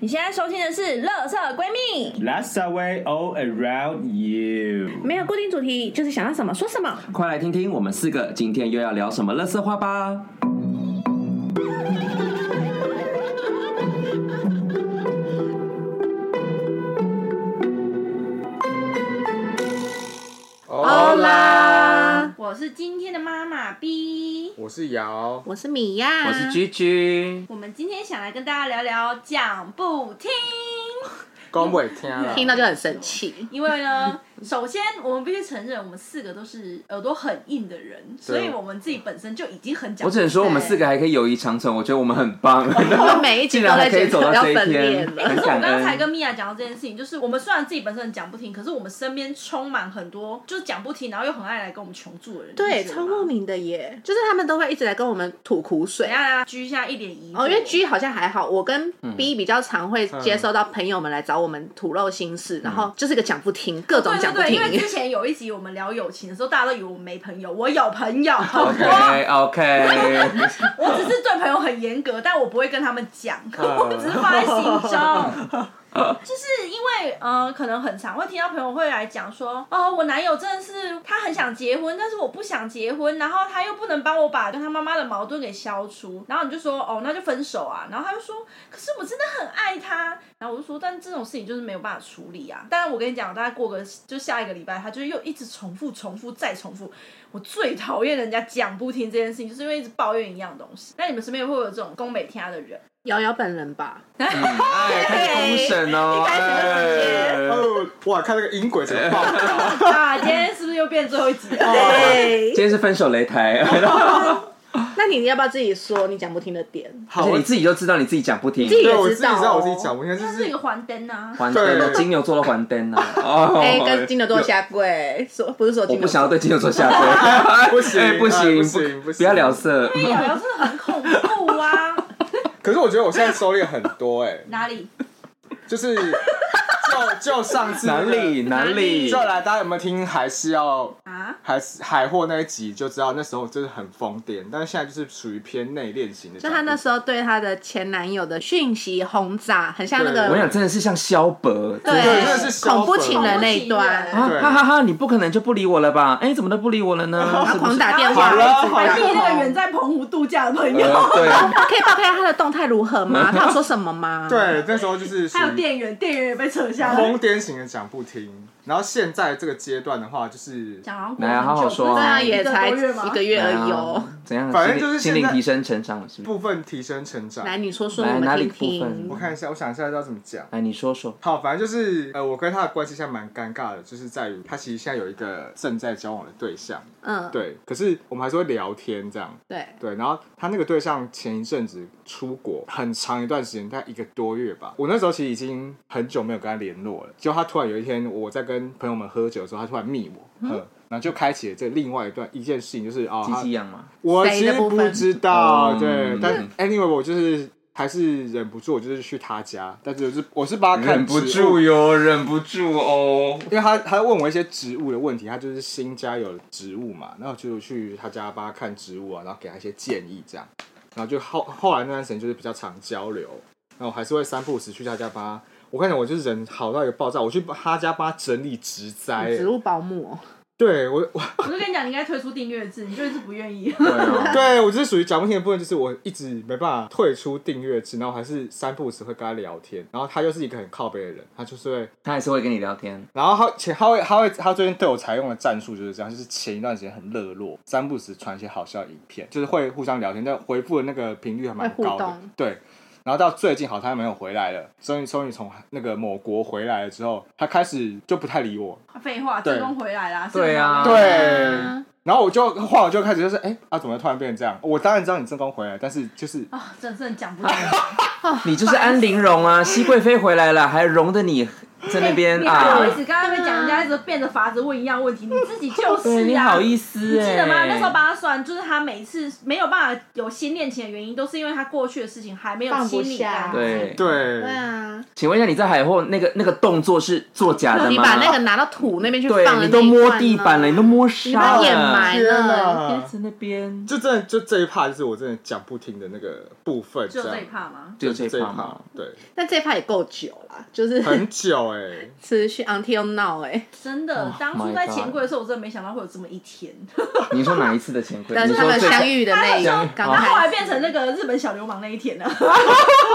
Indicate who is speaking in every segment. Speaker 1: 你现在收听的是《乐色闺蜜》，
Speaker 2: Let's away all around you。
Speaker 1: 没有固定主题，就是想要什么说什么。
Speaker 3: 快来听听我们四个今天又要聊什么乐色话吧！
Speaker 1: 好啦，我是今天的妈妈 B，
Speaker 4: 我是瑶，
Speaker 1: 我是米娅，
Speaker 3: 我是。居居，
Speaker 1: 我们今天想来跟大家聊聊讲不听，
Speaker 4: 刚我也听啊了，
Speaker 5: 听到就很生气。
Speaker 1: 因为 呢，首先我们必须承认，我们四个都是耳朵很硬的人，所以我们自己本身就已经很讲。
Speaker 3: 我只能说我们四个还可以友谊长存，我觉得我们很 棒，
Speaker 5: 我们每一 集
Speaker 3: 竟
Speaker 5: 都
Speaker 3: 然还
Speaker 5: 在
Speaker 3: 可以
Speaker 5: 讲
Speaker 3: 走到
Speaker 5: 要
Speaker 3: 这一
Speaker 5: 分裂
Speaker 3: 天，
Speaker 5: 了。
Speaker 3: 很
Speaker 1: 可是我
Speaker 3: 感
Speaker 1: 刚才
Speaker 3: 恩。
Speaker 1: 跟米娅讲到这件事情，就是我们虽然自己本身很讲不听，可是我们身边充满很多就是讲不听，然后又很爱来跟我们求助的人。你
Speaker 5: 对，
Speaker 1: 不觉得
Speaker 5: 超
Speaker 1: 吗
Speaker 5: 莫名的耶，就是他们都会一直来跟我们吐苦水
Speaker 1: 等一。下啊大家居下一点疑惑
Speaker 5: 哦，因为 G 好像还好，我跟
Speaker 3: 嗯
Speaker 5: B 比较常会接收到朋友们来找我们吐露心事，然
Speaker 3: 嗯
Speaker 5: 后就是个讲不听，各种
Speaker 1: 对对
Speaker 5: 讲不
Speaker 1: 对，
Speaker 5: 听
Speaker 1: 因。为之前有一集我们聊友情的时候，大家都以为我们没朋友，我有朋 友，好多
Speaker 3: OK OK，
Speaker 1: 我只是对朋友很严格，但我不会跟他们讲， 我只是放在心中。 就是因为呃，可能很常会听到朋友会来讲说，哦，我男友真的是他很想结婚，但是我不想结婚，然后他又不能帮我把跟他妈妈的矛盾给消除，然后你就说哦，那就分手啊，然后他就说，可是我真的很爱他，然后我就说，但这种事情就是没有办法处理啊。但是我跟你讲，大概过个就下一个礼拜，他就又一直重复、重复再重复，我最讨厌人家讲不听这件事情，就是因为一直抱怨一样东西。那你们身边会不会有这种宫美听的人？
Speaker 5: 瑶瑶本人吧，
Speaker 3: 哎，开始公审哦，
Speaker 5: 一开始就直接
Speaker 3: 哎
Speaker 4: 哦，哇，看那个音轨怎么爆炸，
Speaker 1: 啊，今天是不是又变最后一集了？
Speaker 5: 哦对
Speaker 3: 今，天是分手擂 台，
Speaker 5: 那你要不要自己说你讲不听的点？
Speaker 3: 而
Speaker 4: 好，
Speaker 3: 且
Speaker 4: 我
Speaker 3: 你自己就知道你自己讲不听，
Speaker 5: 自己也
Speaker 4: 对我自己
Speaker 5: 知道哦
Speaker 4: 知道我自己讲，我应该就
Speaker 1: 它是一
Speaker 4: 是
Speaker 1: 个环灯啊，
Speaker 3: 还灯了，
Speaker 4: 对
Speaker 3: 金牛座的还灯了，哦，
Speaker 5: 哎，跟金牛座下跪，说不是说
Speaker 3: 我
Speaker 5: 金
Speaker 3: 不
Speaker 5: 牛
Speaker 3: 想
Speaker 5: 座
Speaker 3: 要对金牛座 下跪，
Speaker 4: 不行
Speaker 3: 哎不
Speaker 4: 哎
Speaker 3: 行
Speaker 4: 不行
Speaker 3: 不
Speaker 4: 不行
Speaker 3: 不要聊色，
Speaker 1: 因为瑶瑶真的很恐怖啊！
Speaker 4: 可是我觉得我现在收敛很多哎，
Speaker 1: 哪里？
Speaker 4: 就是就就 上次
Speaker 3: 哪
Speaker 4: 那个
Speaker 3: 里哪里
Speaker 4: 就，来，大家有没有听？还是要
Speaker 1: 啊
Speaker 4: 还是海货那一集就知道，那时候真的很疯癫，但是现在就是属于偏内敛型的。
Speaker 5: 就她那时候对她的前男友的讯息轰炸，很像那
Speaker 4: 对
Speaker 3: 我跟你
Speaker 5: 个
Speaker 3: 讲，真的是像肖伯，
Speaker 5: 对
Speaker 4: 对真的是消
Speaker 5: 恐怖
Speaker 4: 防
Speaker 5: 情人那一段。
Speaker 3: 啊
Speaker 4: 对
Speaker 3: 哈哈哈！你不可能就不理我了吧？哎，怎么都不理我了呢？是不
Speaker 5: 狂
Speaker 3: 是？
Speaker 5: 打电
Speaker 1: 好
Speaker 5: 话，
Speaker 4: 了
Speaker 5: 一直
Speaker 4: 好
Speaker 1: 怀
Speaker 4: 了
Speaker 5: 打
Speaker 1: 疑那个远在澎湖度假的朋友，
Speaker 3: 呃 对，
Speaker 5: 可以报开他的动态如何 吗？他有说什么吗？，
Speaker 4: 对，那时候就是属
Speaker 1: 还有啊
Speaker 4: 于
Speaker 1: 店员，店员也被扯下来。
Speaker 4: 疯癫型的讲不听，然后现在这个阶段的话，就是
Speaker 1: 讲好像过
Speaker 3: 来啊好好说
Speaker 5: 对啊，
Speaker 3: 啊
Speaker 5: 也才
Speaker 1: 一个多月
Speaker 5: 一
Speaker 1: 吗
Speaker 5: 个月而已哦。
Speaker 3: 啊怎样？
Speaker 4: 反正就是
Speaker 3: 心
Speaker 4: 现
Speaker 3: 灵
Speaker 4: 在
Speaker 3: 心灵提升成长了，是不是？
Speaker 4: 部分提升成长。
Speaker 5: 来，你说说
Speaker 3: 啊来
Speaker 5: 我
Speaker 3: 哪
Speaker 5: 们
Speaker 3: 里
Speaker 5: 听
Speaker 3: 部分
Speaker 5: 听
Speaker 4: 我。看一下，我想一下要怎么讲。
Speaker 3: 哎来，你说说，
Speaker 4: 好，反正就是呃，我跟他的关系现在蛮尴尬的，就是在于他其实现在有一个正在交往的对象，
Speaker 5: 嗯，
Speaker 4: 对，可是我们还是会聊天这样，
Speaker 5: 对，
Speaker 4: 对。然后他那个对象前一阵子出国，很长一段时间，大概一个多月吧。我那时候其实已经很久没有跟他联络了，结果他突然有一天，我在跟朋友们喝酒的时候，他突然密我，嗯，然后就开启了这另外一段一件事情，就是哦，
Speaker 3: 鸡
Speaker 4: 他
Speaker 3: 鸡样嘛，
Speaker 4: 我
Speaker 5: 谁
Speaker 4: 其
Speaker 5: 的
Speaker 4: 实
Speaker 5: 部分
Speaker 4: 不知道，
Speaker 3: 嗯
Speaker 4: 对，但 anyway，我就是还是忍不住，我就是去他家，但是我是我是帮他看植物，
Speaker 3: 哟，忍不住哦。
Speaker 4: 因为他他问我一些植物的问题，他就是新家有植物嘛，然后就去他家帮他看植物啊，然后给他一些建议这样，然后就后后来那段时间就是比较常交流，然后我还是会三不五时去他家帮他。我看着我就是人好到一个爆炸，我去他家帮他整理植栽、
Speaker 5: 植物保姆哦，
Speaker 4: 对我我
Speaker 1: 我就跟你讲，你应该推出订阅制，你就一直不愿意。
Speaker 3: 对 啊，
Speaker 4: 对我就是属于讲不听的部分，就是我一直没办法退出订阅制，然后还是三不五时会跟他聊天，然后他又是一个很靠北的人，他就是会，
Speaker 3: 他还是会跟你聊天，
Speaker 4: 然后他前他会他会他最近对我采用的战术就是这样，就是前一段时间很热络，三不五时传一些好笑的影片，就是会互相聊天，但回复的那个频率还蛮
Speaker 5: 会互
Speaker 4: 高的
Speaker 5: 动，
Speaker 4: 对。然后到最近好，他没有回来了，终于终于从那个某国回来了之后，他开始就不太理我，
Speaker 1: 废话，
Speaker 4: 对
Speaker 1: 正宫回来啦。
Speaker 3: 对啊
Speaker 1: 是吗
Speaker 4: 对
Speaker 5: 啊
Speaker 4: 然后我就话我就开始就是，哎、啊怎么突然变成这样？我当然知道你正宫回来，但是就是
Speaker 1: 啊，真的是很讲不听。
Speaker 3: 你就是安陵容啊，熹贵妃回来了，还容得你在那边
Speaker 1: 你
Speaker 3: 啊
Speaker 1: 好意？思，刚刚在讲人家一直变着法子问一样问题，你自己就是
Speaker 3: 哦对，
Speaker 1: 啊。
Speaker 3: 你好意思
Speaker 1: 你
Speaker 3: 哎，
Speaker 1: 记得吗？那时候帮他算，就是他每次没有办法有新恋情的原因，都是因为他过去的事情还没有
Speaker 5: 放不
Speaker 1: 清理干
Speaker 5: 下
Speaker 1: 净。
Speaker 3: 对
Speaker 4: 对
Speaker 5: 对啊，啊，
Speaker 3: 请问一下，你在海货那个那个动作是作假的吗？
Speaker 5: 你把那个拿到土那边去放
Speaker 3: 对，啊
Speaker 5: 了，
Speaker 3: 你都摸地板了，你都摸沙
Speaker 5: 把
Speaker 3: 了，
Speaker 5: 掩埋了。
Speaker 4: 啊
Speaker 3: 在那边，
Speaker 4: 就真的就这一趴，就是我真的讲不停的那个部分，
Speaker 1: 只有这一
Speaker 4: 样
Speaker 1: 趴吗？
Speaker 3: 就
Speaker 4: 就
Speaker 3: 这
Speaker 4: 这
Speaker 3: 一
Speaker 4: 一
Speaker 3: 趴
Speaker 4: 趴
Speaker 3: 嘛。，
Speaker 4: 对，
Speaker 5: 但这一趴也够久了，就是
Speaker 4: 很久哎，
Speaker 5: 持续 until now 哎，
Speaker 1: 真的，
Speaker 3: Oh
Speaker 1: 当初
Speaker 3: my
Speaker 1: 在
Speaker 3: God
Speaker 1: 钱柜的时候，我真的没想到会有这么 一天。
Speaker 3: 你说哪一次的钱柜？
Speaker 5: 但
Speaker 3: 你
Speaker 5: 是他
Speaker 3: 说
Speaker 5: 们
Speaker 3: 最
Speaker 5: 相遇的那一
Speaker 3: 相遇
Speaker 5: 刚
Speaker 3: 哦
Speaker 1: 后来
Speaker 5: 开始，
Speaker 1: 变成那个日本小流 氓那 一天了。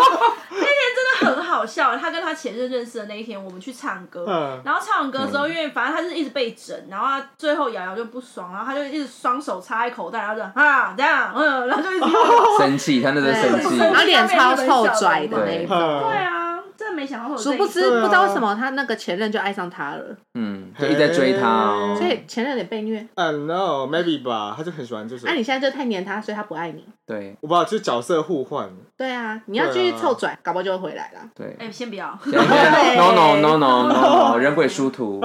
Speaker 1: 那天真的很好笑，他跟他前任认识的那一天，我们去唱歌，
Speaker 4: 嗯
Speaker 1: 然后唱完歌之后，因为反正他是一直被整，然后他最后瑶瑶就不爽，然后他就一直双手插在口袋，然后就啊这样，嗯，然 后就一直
Speaker 3: 生气，他那时候生气
Speaker 5: 对，然后脸超臭拽的那一种。
Speaker 1: 对
Speaker 4: 对，
Speaker 1: 啊，真的没想到会有这
Speaker 5: 殊
Speaker 1: 一
Speaker 5: 不
Speaker 1: 天
Speaker 5: 知，
Speaker 3: 啊
Speaker 5: 不知道为什么他那个前任就爱上他了，
Speaker 3: 嗯，就一直在追他哦。
Speaker 5: 所以前任也被虐。
Speaker 4: I don't know maybe 吧，他就很喜欢这首
Speaker 5: 那、，哎你现在就太黏他，所以他不爱你。
Speaker 3: 对
Speaker 4: 我不知道，就角色互换，
Speaker 5: 对啊，你要继续臭拽，搞不好就会回来啦。
Speaker 3: 对
Speaker 1: 哎、先不要，
Speaker 3: ，no no no no no no，人鬼殊途，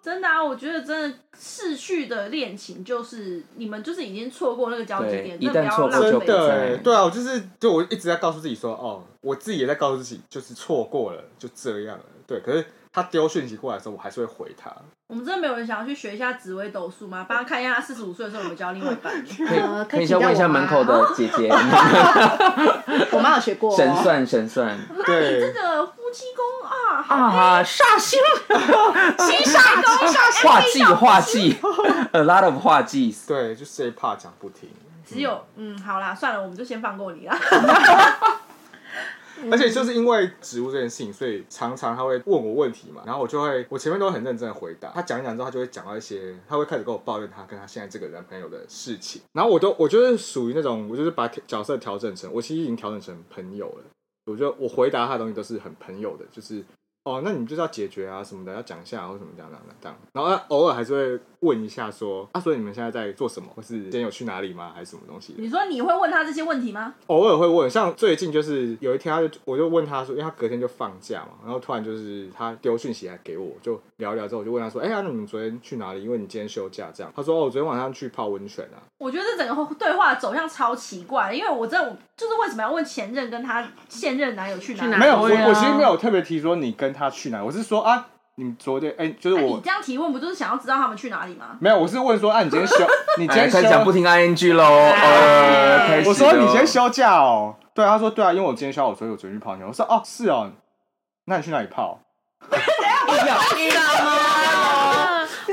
Speaker 1: 真的啊，我觉得真的逝去的恋情就是你们就是已经错过那个交集点，
Speaker 3: 对
Speaker 1: 真
Speaker 3: 一旦
Speaker 1: 的不要
Speaker 3: 错过就
Speaker 1: 浪
Speaker 4: 真
Speaker 1: 费
Speaker 3: 不
Speaker 4: 的
Speaker 3: 在
Speaker 4: 哎，对啊，我就是就我一直在告诉自己说，哦，我自己也在告诉自己，就是错过了，就这样了，对，可是。他丢讯息过来的时候，我还是会回他。
Speaker 1: 我们真的没有人想要去学一下紫微斗数吗？帮他看一下他四十五岁的时候有没有交另外一 半。哎
Speaker 3: 可
Speaker 5: 呃
Speaker 3: 以
Speaker 5: 可
Speaker 3: 可
Speaker 5: 以
Speaker 3: 以先问一
Speaker 5: 请教
Speaker 3: 下
Speaker 5: 我吗
Speaker 3: 门口的姐 姐，
Speaker 5: 我妈有学过、哦，
Speaker 3: 神算神 算
Speaker 1: 这
Speaker 4: 对，
Speaker 1: 个夫妻宫啊，好
Speaker 3: 啊，煞 星，七煞七煞，画技画技，a lot of 画技，
Speaker 4: 对，就这一怕讲不停。
Speaker 1: 只有嗯，好啦，算了，我们就先放过你啦。
Speaker 4: 而且就是因为植物这件事情，所以常常他会问我问题嘛，然后我就会，我前面都会很认真的回答。他讲一讲之后，他就会讲到一些，他会开始跟我抱怨他跟他现在这个男朋友的事情。然后我都，我就是属于那种，我就是把角色调整成，我其实已经调整成朋友了。我觉得我回答他的东西都是很朋友的，就是哦，那你就是要解决啊什么的，要讲一下啊或什么这样这样这样。然后他偶尔还是会问一下说，啊，所以你们现在在做什么，或是今天有去哪里吗，还是什么东西的。
Speaker 1: 你说你会问他这些问题吗？
Speaker 4: 偶尔会问，像最近就是有一天，他就我就问他说，因为他隔天就放假嘛，然后突然就是他丢讯息来给我，就聊一聊之后，我就问他说，哎、呀、那你们昨天去哪里？因为你今天休假这样。他说，哦，我昨天晚上去泡温泉啊。
Speaker 1: 我觉得这整个对话走向超奇怪，因为我真的我就是为什么要问前任跟他现任男友去哪里？
Speaker 5: 去哪
Speaker 4: 没有，我
Speaker 3: 对啊
Speaker 4: 我其实没有特别提说你跟他去哪，我是说啊，你们昨天，哎、就是
Speaker 1: 那
Speaker 4: 我
Speaker 1: 你这样提问不就是想要知道他们去哪里吗？
Speaker 4: 没有，我是问说，啊，你今天 休，你今
Speaker 3: 哎
Speaker 4: 天
Speaker 3: 开
Speaker 4: 休
Speaker 3: 始，讲不听 ing 喽，
Speaker 5: 哎
Speaker 3: 哦，开始
Speaker 4: 我说
Speaker 3: 咯
Speaker 4: 你今天休假哦，对，他说对啊，因为我今天休假，所以我昨天去泡温泉。我说哦，是哦，那你去哪里泡？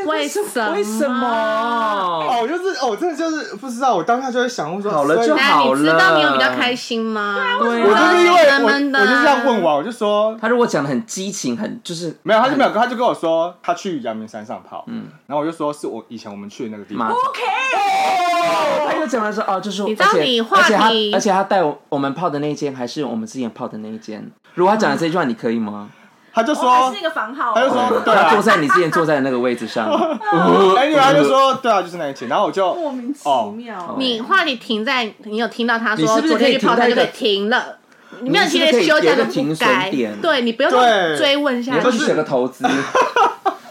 Speaker 5: 为什么？
Speaker 3: 为什？么？
Speaker 4: 哦，我就是哦，真的就是不知道，我当下就会想，我说
Speaker 3: 好了
Speaker 4: 所以
Speaker 3: 就
Speaker 5: 那你知
Speaker 3: 好
Speaker 5: 道
Speaker 3: 了
Speaker 5: 你有比较开心吗？
Speaker 3: 对
Speaker 4: 我就是因为我
Speaker 5: 闷闷的啊
Speaker 4: 我就这样问完，我就说
Speaker 3: 他如果讲的很激情，很就是
Speaker 4: 没有，他就没有，他就跟我说他去阳明山上跑，嗯，然后我就说是我以前我们去的那个地
Speaker 3: 马
Speaker 4: 方，
Speaker 3: 哦，他又讲的说哦，就是
Speaker 5: 你知道
Speaker 3: 而且
Speaker 5: 你话
Speaker 3: 而且他
Speaker 5: 题
Speaker 3: 而且他带我我们泡的那一间还是我们之前泡的那一间。如果他讲的这句话，你可以吗？
Speaker 4: 他就
Speaker 1: 我还
Speaker 4: 说
Speaker 1: 是一个房号哦，
Speaker 4: 他就说对
Speaker 3: 他
Speaker 4: 啊
Speaker 3: 坐在你之前坐在的那个位置 上，
Speaker 4: 嗯
Speaker 1: 哦
Speaker 4: ，anyway 他就说对啊，就是那一期，然后我就
Speaker 1: 莫名其
Speaker 4: 哦
Speaker 1: 妙。
Speaker 5: 你话你停在，你有听到他
Speaker 3: 你
Speaker 5: 说
Speaker 3: 是不是
Speaker 5: 昨
Speaker 3: 可以
Speaker 5: 天去泡
Speaker 3: 停
Speaker 5: 他
Speaker 3: 在
Speaker 5: 就
Speaker 3: 一个
Speaker 5: 可以停了，你没有
Speaker 3: 你是不
Speaker 5: 停
Speaker 3: 是可以
Speaker 5: 休假
Speaker 3: 有一个
Speaker 5: 就不
Speaker 3: 停损
Speaker 5: 该，
Speaker 3: 点
Speaker 5: 对你不用
Speaker 4: 对
Speaker 5: 追问下
Speaker 3: 你要
Speaker 5: 去，
Speaker 3: 选个投 资，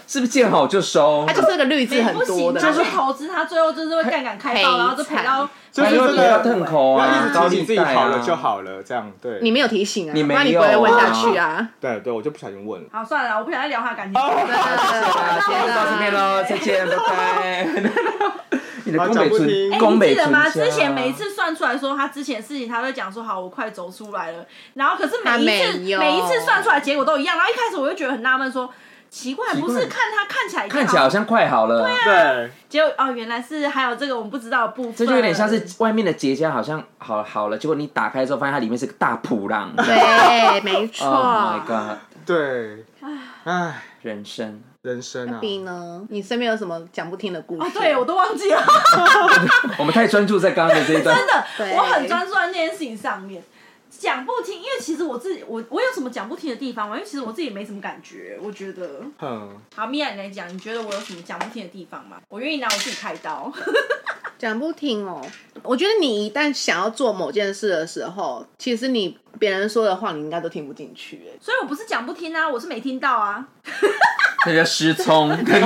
Speaker 3: 是不是见好就收
Speaker 5: 他？就是个绿字很
Speaker 1: 不
Speaker 5: 多
Speaker 1: 行，
Speaker 5: 的，
Speaker 1: 他去投资，他最后就是会杠杆开爆，
Speaker 5: 赔
Speaker 1: 然后就赔到
Speaker 4: 就是
Speaker 3: 因为
Speaker 4: 真
Speaker 3: 不要
Speaker 4: 的
Speaker 3: 腾口
Speaker 4: 不要
Speaker 3: 啊，高
Speaker 4: 一直提
Speaker 3: 利
Speaker 4: 醒自己
Speaker 3: 贷啊
Speaker 4: 好了就。好了，这样对，
Speaker 5: 你没有提醒啊，
Speaker 3: 你没
Speaker 5: 不然你不
Speaker 3: 有
Speaker 5: 会问下
Speaker 3: 啊
Speaker 5: 去啊。
Speaker 4: 对对，我就不小心问 了。
Speaker 1: 好，算了，我不想再聊他的感情。
Speaker 3: 啊，今天就到这边喽，再见，拜拜。你的宫北
Speaker 4: 好讲不听
Speaker 3: 村，
Speaker 1: 哎
Speaker 3: 宫
Speaker 1: 你
Speaker 3: 北
Speaker 1: 记
Speaker 3: 村
Speaker 1: 得
Speaker 3: 家
Speaker 1: 吗？之前每一次算出来说他之前的事情，他都会讲说好，我快走出来了。然后可是每一次
Speaker 5: 他没有
Speaker 1: 每一次算出来结果都一样。然后一开始我就觉得很纳闷，说奇怪，
Speaker 3: 奇怪
Speaker 1: 不是看他看起来已经
Speaker 3: 看起来好像快好了，
Speaker 4: 对，
Speaker 1: 结果哦，原来是还有这个我们不知道的部分，
Speaker 3: 这就有点像是外面的结痂好像好好了，结果你打开之后发现它里面是个大普浪。
Speaker 5: 对，没
Speaker 3: Oh my
Speaker 5: 错。
Speaker 3: god！
Speaker 4: 对，唉，
Speaker 3: 人生，
Speaker 4: 人生啊，
Speaker 5: B 呢？你身边有什么讲不听的故
Speaker 1: 哦
Speaker 5: 事？，
Speaker 1: 对我都忘 记了，
Speaker 3: 我们太专注在刚刚的这一段
Speaker 1: 真的，
Speaker 5: 对
Speaker 1: 我很专注在那件事情上面。讲不听，因为其实我自己，我我有什么讲不听的地方吗？因为其实我自己也没什么感觉，我觉得。
Speaker 4: 哼，
Speaker 1: 好，米娅你来讲，你觉得我有什么讲不听的地方吗？我愿意拿我自己开刀。
Speaker 5: 讲不听哦。我觉得你一旦想要做某件事的时候，其实你别人说的话，你应该都听不进去。 哎
Speaker 1: 所以我不是讲不听啊，我是没听到啊。
Speaker 3: 那叫失聪。
Speaker 5: 对，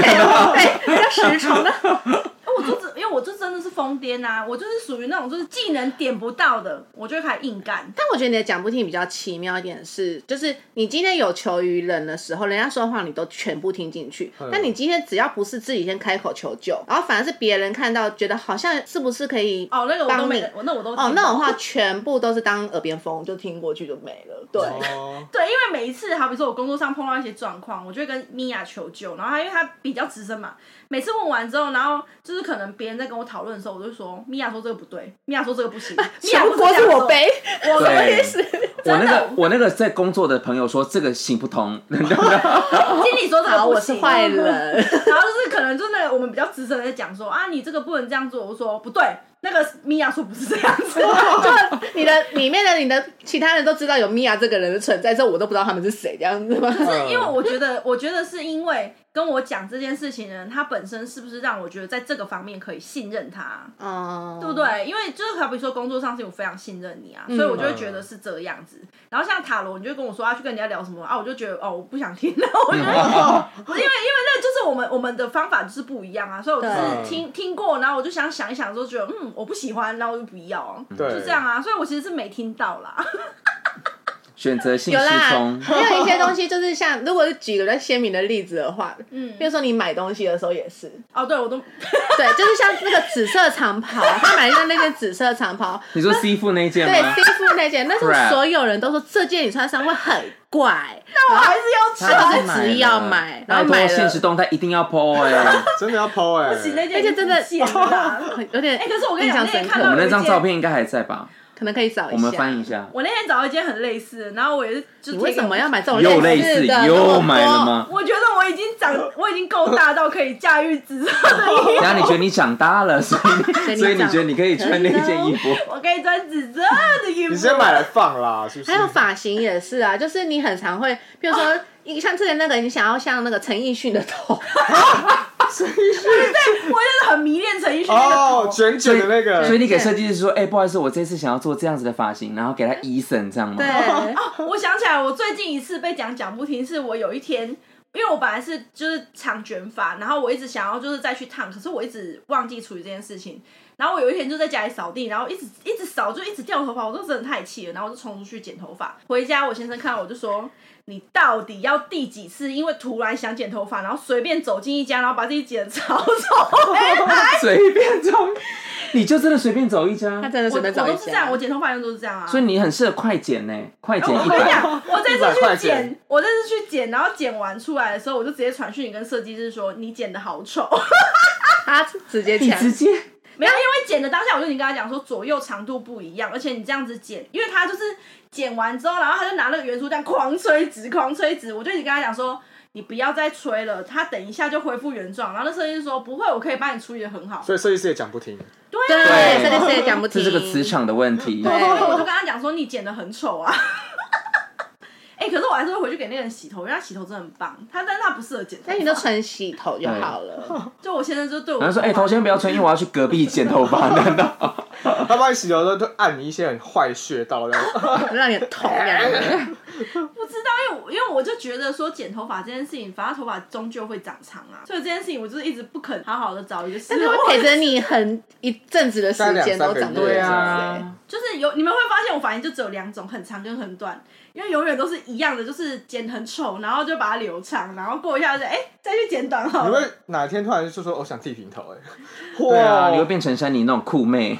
Speaker 5: 要实诚的。
Speaker 1: 我我就只因为我就真的是疯癫啊，我就是属于那种就是技能点不到的，我就会开始硬干。
Speaker 5: 但我觉得你的讲不听比较奇妙一点是，就是你今天有求于人的时候，人家说话你都全部听进去。
Speaker 1: 嗯
Speaker 5: 但你今天只要不是自己先开口求救，然后反而是别人看到觉得好像是不是可以
Speaker 1: 哦，那个我都
Speaker 5: 帮
Speaker 1: 没
Speaker 5: 你，
Speaker 1: 我那我都
Speaker 5: 哦
Speaker 1: 听
Speaker 5: 那
Speaker 1: 到
Speaker 5: 种话全部都是当耳边风，就听过去就没了。对，
Speaker 4: 哦，
Speaker 1: 对，因为每一次，好比说我工作上碰到一些状况，我就会跟米娅求救，然后她因为她比较资深嘛，每次问完之后，然后就是可能别人在跟我讨论的时候，我就说米娅说这个不对，米娅说这个不行，米娅
Speaker 5: 哎全
Speaker 1: 不
Speaker 5: 部
Speaker 1: 是这样
Speaker 5: 锅是我
Speaker 1: 说，
Speaker 5: 背，
Speaker 1: 我
Speaker 3: 对
Speaker 1: 什么意思？
Speaker 3: 我那
Speaker 1: 真的
Speaker 3: 个我那个在工作的朋友说这个行不通，
Speaker 1: 经理说这个
Speaker 5: 好，
Speaker 1: 不
Speaker 5: 我是
Speaker 1: 行，啊
Speaker 5: 坏人。
Speaker 1: 然后就是可能就是那个我们比较资深的在讲说啊，你这个不能这样做，我说不对，那个米娅说不是这样 子，
Speaker 5: 就你的里面的你的其他人都知道有米娅这个人的存在，之后我都不知道他们是谁，这样子吗？
Speaker 1: 就是因为
Speaker 4: 哦
Speaker 1: 我觉得，我觉得是因为跟我讲这件事情的人，他本身是不是让我觉得在这个方面可以信任他？
Speaker 5: 哦，嗯
Speaker 1: 对不？对？因为就是好比说工作上是我非常信任你啊，所以我就会觉得是这样子。然后像塔罗，你就跟我说啊，去跟人家聊什么啊，我就觉得哦，我不想听了。我
Speaker 5: 嗯
Speaker 1: 觉得、不是因为因为那就是我们我们的方法就是不一样啊，所以我就是
Speaker 4: 对
Speaker 1: 听听过，然后我就想想一想，之后觉得嗯，我不喜欢，然后我就不要啊，
Speaker 5: 嗯
Speaker 4: 对，
Speaker 1: 就这样啊。所以我其实是没听到啦。
Speaker 3: 选择性
Speaker 5: 有
Speaker 3: 失
Speaker 5: 啦
Speaker 3: 聪，。
Speaker 5: 还有一些东西就是像，如果是举个比较鲜明的例子的话，
Speaker 1: 嗯
Speaker 5: 比，如说你买东西的时候也是，
Speaker 1: 哦，对我都
Speaker 5: 对， 就是像那个紫色长袍，他买的那件紫色长袍，
Speaker 3: 你说 C 副那一件
Speaker 5: 对
Speaker 3: 吗？
Speaker 5: C 副那件，那时
Speaker 3: Crap
Speaker 5: 候所有人都说这件你穿上会很怪，
Speaker 1: 我还是要吃
Speaker 3: 他
Speaker 5: 是
Speaker 3: 还
Speaker 5: 不是
Speaker 3: 买
Speaker 5: 执
Speaker 3: 了
Speaker 5: 意要买然后
Speaker 3: 拜托
Speaker 5: 买了
Speaker 3: 现实动态一定要 po 哎。
Speaker 4: 真的要抛哎、
Speaker 1: 不行那件
Speaker 5: 那件真的啊
Speaker 1: 很贱啦
Speaker 5: 有点
Speaker 1: 哎可是我跟你
Speaker 5: 印
Speaker 1: 讲
Speaker 5: 象
Speaker 1: 那天
Speaker 5: 深
Speaker 1: 看到
Speaker 3: 我
Speaker 5: 刻
Speaker 3: 们，那张照片应该还在吧？
Speaker 5: 可能可以找一下。
Speaker 3: 我们翻一下。
Speaker 1: 我那天找到一件很类似的，然后我也是就
Speaker 5: 你
Speaker 1: 贴
Speaker 5: 为
Speaker 1: 给
Speaker 5: 什
Speaker 1: 我
Speaker 5: 么要买这种
Speaker 3: 又类
Speaker 5: 类
Speaker 3: 似
Speaker 5: 的那么
Speaker 3: 又
Speaker 5: 多
Speaker 3: 买了？吗？
Speaker 1: 我觉得我已经长，我已经够大到可以驾驭紫色的衣服，
Speaker 3: 然后你觉得你长大 了，所以
Speaker 5: 以你
Speaker 3: 所以你
Speaker 5: 长
Speaker 3: 觉得你可以穿那件衣服？
Speaker 1: 我可以穿紫色的衣服。
Speaker 4: 你先买来放啦，是不是？
Speaker 5: 还有发型也是 啊，就是你很常会，比如
Speaker 1: 哦
Speaker 5: 说、你像之前那个，你想要像那个陈奕迅的 头，
Speaker 1: 我就是很迷恋陈奕迅那个头。
Speaker 4: 哦，卷
Speaker 5: 啊
Speaker 4: 卷的那
Speaker 3: 所以
Speaker 4: 个，
Speaker 3: 你给设计师说，哎、不好意思，我这次想要做这样子的发型，然后给他 Eason 这样吗？
Speaker 5: 对，
Speaker 1: 我想起来，我最近一次被讲讲不停，是我有一天，因为我本来是就是长卷发，然后我一直想要就是再去烫，可是我一直忘记处理这件事情。然后我有一天就在家里扫地，然后一直一直扫，就一直掉头发，我都真的太气了，然后我就冲出去剪头发。回家我先生看到我就说：“你到底要第几次？因为突然想剪头发，然后随便走进一家，然后把自己剪得 超丑。
Speaker 3: 随便走，你就真的随便走一家
Speaker 5: 他，真的
Speaker 1: 我”我
Speaker 5: 随便找一
Speaker 1: 都是这样，
Speaker 5: 下
Speaker 1: 我。剪头发用都是这样啊。
Speaker 3: 所以你很适合快剪呢、快剪
Speaker 1: 我
Speaker 3: 一
Speaker 1: 跟你
Speaker 3: 百、
Speaker 1: 讲，我这
Speaker 4: 100
Speaker 1: 次
Speaker 4: 块
Speaker 1: 去剪
Speaker 4: 钱，
Speaker 1: 我这次去剪，然后剪完出来的时候，我就直接传讯你跟设计师说你剪的好丑。
Speaker 5: 他直接
Speaker 3: 你
Speaker 5: 抢，
Speaker 3: 直接
Speaker 1: 没有，因为剪的当下我就已经跟他讲说左右长度不一样，而且你这样子剪，因为他就是剪完之后，然后他就拿那个圆珠这样狂吹直，狂吹直，我就一直跟他讲说。你不要再吹了，他等一下就恢复原状。然后那设计师说不会，我可以帮你处理的很好。
Speaker 4: 所以设计师也讲不听，
Speaker 1: 对啊，
Speaker 5: 对，这个谁也讲不
Speaker 3: 这
Speaker 5: 听。
Speaker 3: 是个磁场的问题。
Speaker 5: 对
Speaker 1: 所以我就跟他讲说你剪的很丑啊。 哎、可是我还是会回去给那个人洗头，因为他洗头真的很棒。他但是他不适合剪头发。
Speaker 5: 那你就纯洗头就好了。
Speaker 1: 就我现在就对 我
Speaker 3: 然后说，哎、头先不要吹，因为我要去隔壁剪头 发。难道
Speaker 4: 他帮你洗头的时候都按你一些很坏穴道，这 样
Speaker 5: 让你的头 痒。
Speaker 1: 不知道，因为我因为我就觉得说剪头发这件事情，反正头发终究会长长啊，所以这件事情我就是一直不肯好好的找一个师
Speaker 5: 但
Speaker 1: 傅
Speaker 5: 他。会陪着你很一阵子的时间都长不
Speaker 4: 大概
Speaker 5: 一
Speaker 3: 对
Speaker 4: 两
Speaker 5: 样。
Speaker 3: 啊，
Speaker 1: 就是有你们会发现我发型就只有两种，很长跟很短，因为永远都是一样的，就是剪很丑，然后就把它留长，然后过一下子哎、再去剪短好
Speaker 4: 你
Speaker 1: 了。
Speaker 4: 会哪天突然就说我想剃平 头哎，
Speaker 3: 对啊，你会
Speaker 4: 哇，
Speaker 3: 变成山里那种酷妹，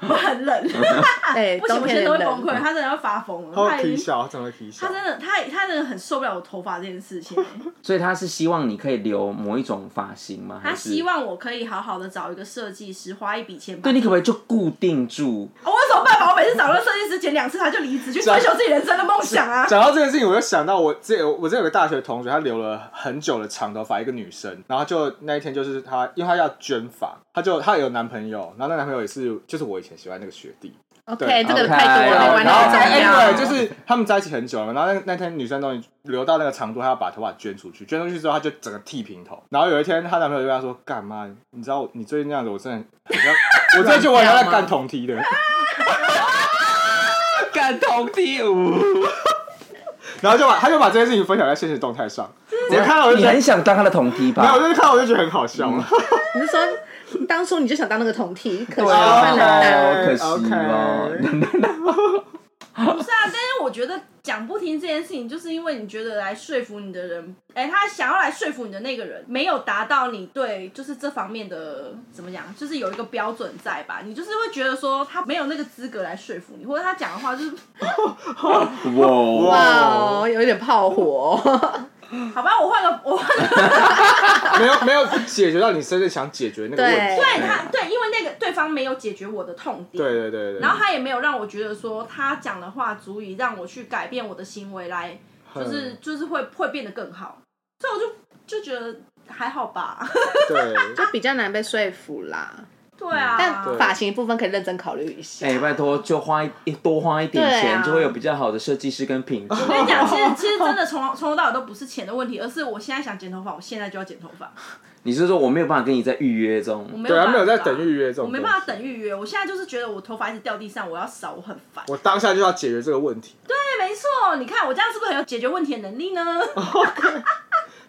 Speaker 1: 我很 冷，
Speaker 5: 对，
Speaker 1: 不行，
Speaker 5: 哎冬
Speaker 1: 我
Speaker 5: 天
Speaker 1: 现在都
Speaker 5: 的
Speaker 1: 会崩溃，
Speaker 5: 冷。
Speaker 1: 他真的要发疯
Speaker 4: 他
Speaker 1: 了，他
Speaker 4: 会
Speaker 1: 已
Speaker 4: 皮
Speaker 1: 经
Speaker 4: 笑，他真的会皮笑
Speaker 1: 他，真的他他真的很受不了我头发这件事 情、哎
Speaker 3: 所以他是希望你可以留某一种发型吗？还
Speaker 1: 他
Speaker 3: 是
Speaker 1: 希望我可以好好的找一个设计师，花一笔钱把
Speaker 3: 对你可不可以就固定住？
Speaker 1: 哦我有什么办法？我每次找那设计师剪两次，他就离职去追求自己人生的梦想啊！
Speaker 4: 讲到这件事情，我就想到我这我这有个大学同学，她留了很久的长头发，一个女生，然后就那一天就是她，因为她要捐发，她就她有男朋友，然后那男朋友也是就是我以前喜欢那个学弟，
Speaker 5: OK，
Speaker 4: 对哦啊
Speaker 5: 这个
Speaker 3: OK，
Speaker 5: 太多了，没关
Speaker 4: 然后
Speaker 5: 系，
Speaker 3: 怎么
Speaker 5: 重
Speaker 3: 样
Speaker 5: 要
Speaker 4: 哎。对，就是他们在一起很久了，然后那那天女生终于留到那个长度，她要把头发捐出去，捐出去之后她就整个剃平头，然后有一天她男朋友就跟她说：“干嘛？你知道我你最近那样子，我真的 很像，我真的觉得我很像在干同梯的。”
Speaker 3: 感同体舞，
Speaker 4: 然后就把他就把这件事情分享在现实动态上，我看到我就
Speaker 3: 你
Speaker 4: 觉得
Speaker 3: 很想当他的同梯
Speaker 4: 没有，我
Speaker 3: 吧？
Speaker 4: 就是看到我就觉得很好笑。
Speaker 5: 你是说当初你就想当那个铜替，可惜
Speaker 3: 对哦
Speaker 5: 了换
Speaker 4: 啊
Speaker 5: 冷淡。
Speaker 3: 好可惜哦
Speaker 4: OK，
Speaker 1: 不是啊，但是我觉得讲不听这件事情，就是因为你觉得来说服你的人，哎、他想要来说服你的那个人，没有达到你对就是这方面的怎么讲，就是有一个标准在吧？你就是会觉得说他没有那个资格来说服你，或者他讲的话就是，
Speaker 2: 哇，
Speaker 5: 哇哦，有一点炮火。
Speaker 1: 好吧，我换个我换个，
Speaker 4: 没有没有解决到你真正想解决那个问题。
Speaker 5: 对
Speaker 1: 对他对，因为那个对方没有解决我的痛点，
Speaker 4: 对对对对。
Speaker 1: 然后他也没有让我觉得说他讲的话足以让我去改变我的行为来，就是就是会会变得更好，所以我就就觉得还好吧。
Speaker 4: 对，
Speaker 5: 就比较难被说服啦。
Speaker 1: 对啊，
Speaker 5: 但
Speaker 4: 对
Speaker 5: 发型部分可以认真考虑一下。
Speaker 3: 哎、拜托，就花一多花一点
Speaker 5: 对啊
Speaker 3: 钱，就会有比较好的设计师跟品质。
Speaker 1: 我跟你 讲，其实其实真的从从头到尾都不是钱的问题，而是我现在想剪头发，我现在就要剪头发，
Speaker 3: 你是说我没有办法跟你在预约
Speaker 1: 我
Speaker 3: 中？
Speaker 1: 没有
Speaker 4: 对
Speaker 1: 办
Speaker 4: 啊，
Speaker 1: 法
Speaker 4: 没有在等预约这种。
Speaker 1: 我没办法。等预约，我现在就是觉得我头发一直掉地上，我要扫，我很烦。
Speaker 4: 我当下就要解决这个问题，
Speaker 1: 对，没错，你看我这样是不是很有解决问题的能力呢？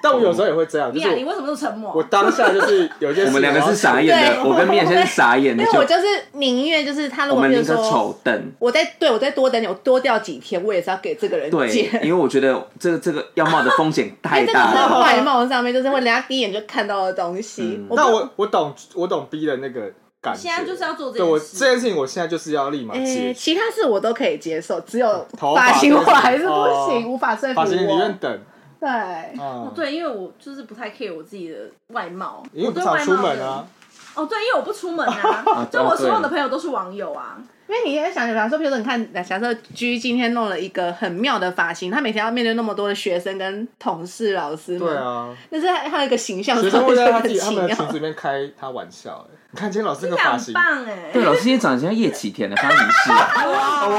Speaker 4: 但我有时候也会这样，就
Speaker 1: 你
Speaker 4: 哦是
Speaker 1: 啊，你
Speaker 4: 我
Speaker 1: 为什么都沉默？
Speaker 4: 我当下就是有一件事，
Speaker 3: 我们两个是傻眼的，
Speaker 5: 对
Speaker 3: 我跟面先是傻眼
Speaker 5: 因
Speaker 3: 的，
Speaker 5: 为
Speaker 3: 就
Speaker 5: 我就是宁愿就是他如
Speaker 3: 我
Speaker 5: 果
Speaker 3: 们
Speaker 5: 比如
Speaker 3: 宁可
Speaker 5: 说，
Speaker 3: 丑等。
Speaker 5: 我再对我再多等你，我多掉几天，我也是要给这个人
Speaker 3: 对， 因
Speaker 5: 剪。
Speaker 3: 为我觉得这个这个要冒的风险
Speaker 5: 因
Speaker 3: 太
Speaker 5: 为哎这个
Speaker 3: 大
Speaker 5: 是
Speaker 3: 了。
Speaker 5: 外貌上面，就是会人家第一眼就看到的东西
Speaker 3: 嗯。
Speaker 5: 我不
Speaker 4: 那我我懂我懂 B 的那个感觉，
Speaker 1: 现在就是要做这
Speaker 4: 对我
Speaker 1: 件
Speaker 4: 这
Speaker 1: 事。哎
Speaker 4: 件事情，我现在就是要立马
Speaker 5: 诶，
Speaker 4: 解决。
Speaker 5: 哎其他事我都可以接受，只有
Speaker 4: 头
Speaker 5: 发
Speaker 4: 发
Speaker 5: 型我
Speaker 4: 就是
Speaker 5: 还是不行，
Speaker 4: 哦
Speaker 5: 无法说服
Speaker 4: 发型你愿
Speaker 5: 我。
Speaker 4: 等
Speaker 5: 对，
Speaker 4: 啊，
Speaker 1: 哦对，因为我就是不太 care 我自己的外貌，
Speaker 4: 因为你
Speaker 1: 我
Speaker 4: 不
Speaker 1: 对
Speaker 4: 常
Speaker 1: 外
Speaker 4: 出
Speaker 1: 貌
Speaker 4: 门
Speaker 1: 的
Speaker 4: 啊。。哦
Speaker 1: 哦，对，因为我不出门 啊，就我所有的朋友都是网友啊。
Speaker 5: 因为你也想，比方说，比如说，你看，假设居今天弄了一个很妙的发型，他每天要面对那么多的学生跟同事、老师们，
Speaker 4: 对 啊，
Speaker 5: 但是他他有一个形象，
Speaker 4: 学生会在他自己他
Speaker 5: 很
Speaker 4: 们的
Speaker 5: 奇
Speaker 4: 群组
Speaker 5: 妙。
Speaker 4: 里面开他玩笑，哎你看今天老师这
Speaker 1: 你
Speaker 4: 个发
Speaker 1: 俩
Speaker 4: 型
Speaker 1: 很，棒哎、
Speaker 3: 对，老师今天长得像叶启田的，发生什么事啊？哇！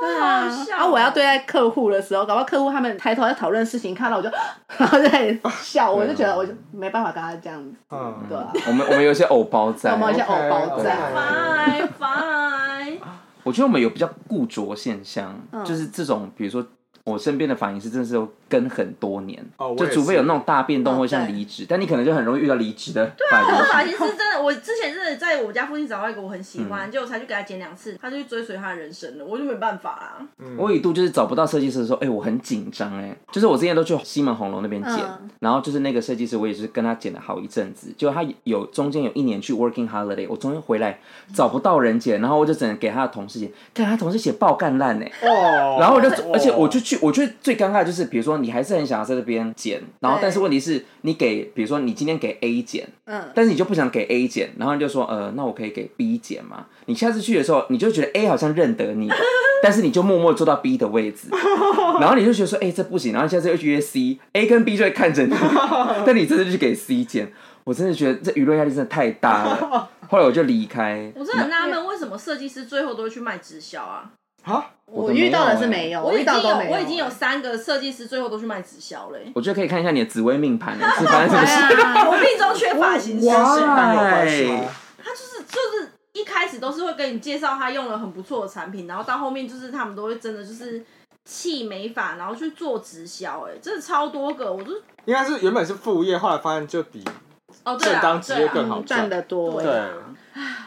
Speaker 5: 对
Speaker 1: 好
Speaker 5: 啊，
Speaker 1: 笑
Speaker 5: 啊，我要对待客户的时候，搞不好客户他们抬头在讨论事情，看到我就，然后在笑，我就觉得我就没办法跟他这样子，
Speaker 4: 啊嗯，
Speaker 5: 对啊，
Speaker 3: 我们我们有一些啊偶包在
Speaker 5: 我，们有一些偶
Speaker 4: OK，
Speaker 5: 包在，
Speaker 1: 拜拜。
Speaker 3: 我觉得我们有比较固着现象，
Speaker 5: 嗯
Speaker 3: 就是这种，比如说。我身边的发型师真的是有跟很多年，
Speaker 4: 哦我
Speaker 3: 就
Speaker 4: 也
Speaker 3: 除非
Speaker 4: 是
Speaker 3: 有那种大变动
Speaker 5: 哦
Speaker 3: 或像
Speaker 5: 对
Speaker 3: 离职，但你可能就很容易遇到离职的
Speaker 5: 啊
Speaker 3: 发型
Speaker 1: 我的
Speaker 3: 师。
Speaker 1: 发型师真的，我之前真的在我家附近找到一个我很喜
Speaker 4: 嗯
Speaker 1: 欢，结果我才去给他剪两次，他就去追随他的人生了，我就没办法啊啦。
Speaker 3: 我一度就是找不到设计师的时候，哎、我很紧张哎，就是我之前都去西门红楼那边剪，
Speaker 5: 嗯
Speaker 3: 然后就是那个设计师，我也是跟他剪了好一阵子，就他有中间有一年去 working holiday，我终于回来找不到人剪，然后我就只能给他的同事剪，看他同事写爆干烂哎，
Speaker 4: 哦，
Speaker 3: 然后我就，
Speaker 4: 哦
Speaker 3: 而且我就去，我觉得最尴尬的就是，比如说你还是很想要在这边剪，然后
Speaker 5: 对
Speaker 3: 但是问题是你给，比如说你今天给 A 剪，
Speaker 5: 嗯，
Speaker 3: 但是你就不想给 A 剪，然后你就说，呃，那我可以给 B 剪嘛？你下次去的时候，你就觉得 A 好像认得你， 但是你就默默坐到 B 的位置，然后你就觉得说，哎、这不行，然后下次又去约 C，A 跟 B 就会看着你，但你这次就去给 C 剪，我真的觉得这舆论压力真的太大了。后来我就离开，
Speaker 1: 我真的很纳闷，为什么设计师最后都会去卖直销啊？
Speaker 4: 啊，
Speaker 5: 我遇到的是没有，
Speaker 1: 我已
Speaker 5: 遇
Speaker 1: 经
Speaker 5: 到哦都
Speaker 1: 有，
Speaker 5: 没
Speaker 1: 我已经有三个设计师最后都去卖直销嘞、
Speaker 3: 我觉得可以看一下你的紫薇命盘是发生什么事。
Speaker 5: 啊，
Speaker 1: 我命中缺发型师，
Speaker 3: 哇
Speaker 4: 跟男友关系吗？
Speaker 1: 他就是就是一开始都是会跟你介绍他用了很不错的产品，然后到后面就是他们都会真的就是弃美发，然后去做直销，哎，真的超多个，我就
Speaker 4: 应该是原本是副业，后来发现就比
Speaker 1: 哦对
Speaker 4: 正
Speaker 1: 啊，
Speaker 4: 当职
Speaker 1: 对
Speaker 4: 业
Speaker 1: 啊，
Speaker 4: 更好
Speaker 5: 赚的多，
Speaker 4: 对
Speaker 5: 欸
Speaker 1: 对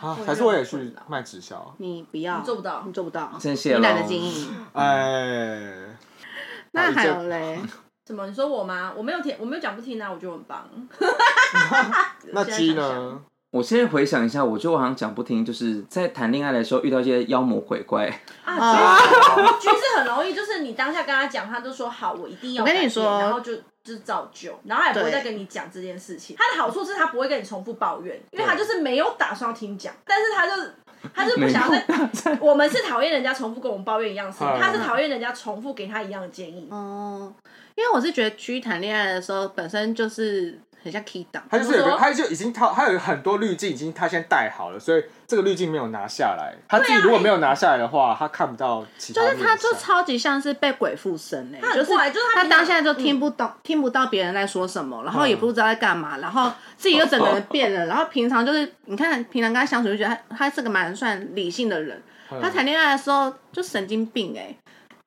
Speaker 4: 啊，还
Speaker 1: 也
Speaker 4: 是我也
Speaker 1: 很
Speaker 4: 去
Speaker 1: 困扰
Speaker 4: 卖直销，
Speaker 5: 你不要，
Speaker 1: 你做不到
Speaker 5: 你做不到，
Speaker 3: 真谢
Speaker 5: 你
Speaker 3: 咯
Speaker 5: 懒得经 营。
Speaker 4: 哎，
Speaker 5: 那还有嘞，
Speaker 1: 什么？你说我吗？我没有听，我没有讲不听啊，我觉得我很棒。
Speaker 4: 那
Speaker 1: 现在
Speaker 4: G
Speaker 1: 想想？
Speaker 4: 呢？
Speaker 3: 我现在回想一下，我觉得我好像讲不听，就是在谈恋爱的时候遇到一些妖魔鬼怪，
Speaker 1: 啊，橘是很容易，就是你当下跟他讲，他就说好，我一定要
Speaker 5: 我跟你
Speaker 1: 改变
Speaker 5: 说
Speaker 1: 然后就就是造就，然后他也不会
Speaker 5: 对
Speaker 1: 再跟你讲这件事情。他的好处是他不会跟你重复抱怨，因为他就是没有打算听讲，但是他就是他就是不想要再。我们是讨厌人家重复跟我们抱怨一样的事情，
Speaker 4: 嗯
Speaker 1: 他是讨厌人家重复给他一样的建议。
Speaker 5: 哦，因为我是觉得居谈恋爱的时候，本身就是很像 key 档，
Speaker 4: 他就是有
Speaker 1: 怎么
Speaker 4: 个，
Speaker 1: 说
Speaker 4: 他就已经套，他有很多滤镜，已经他先带好了，所以这个滤镜没有拿下来。他自己如果没有拿下来的话，他看不到其他
Speaker 5: 就
Speaker 4: 面
Speaker 5: 是
Speaker 4: 相。
Speaker 5: 他就超级像是被鬼附身哎、
Speaker 1: 他很
Speaker 5: 就是
Speaker 1: 怪就是他
Speaker 5: 他
Speaker 1: 平
Speaker 5: 当
Speaker 1: 常
Speaker 5: 下就
Speaker 3: 嗯
Speaker 5: 听不懂、听不到别人在说什么，然后也不知道在干嘛，然后自
Speaker 3: 哦
Speaker 5: 己又整个人变了，然后平常就是你看平常跟他相
Speaker 3: 嗯
Speaker 5: 处就觉得他他是个蛮算理性的人，他谈恋爱的时候就神经病哎、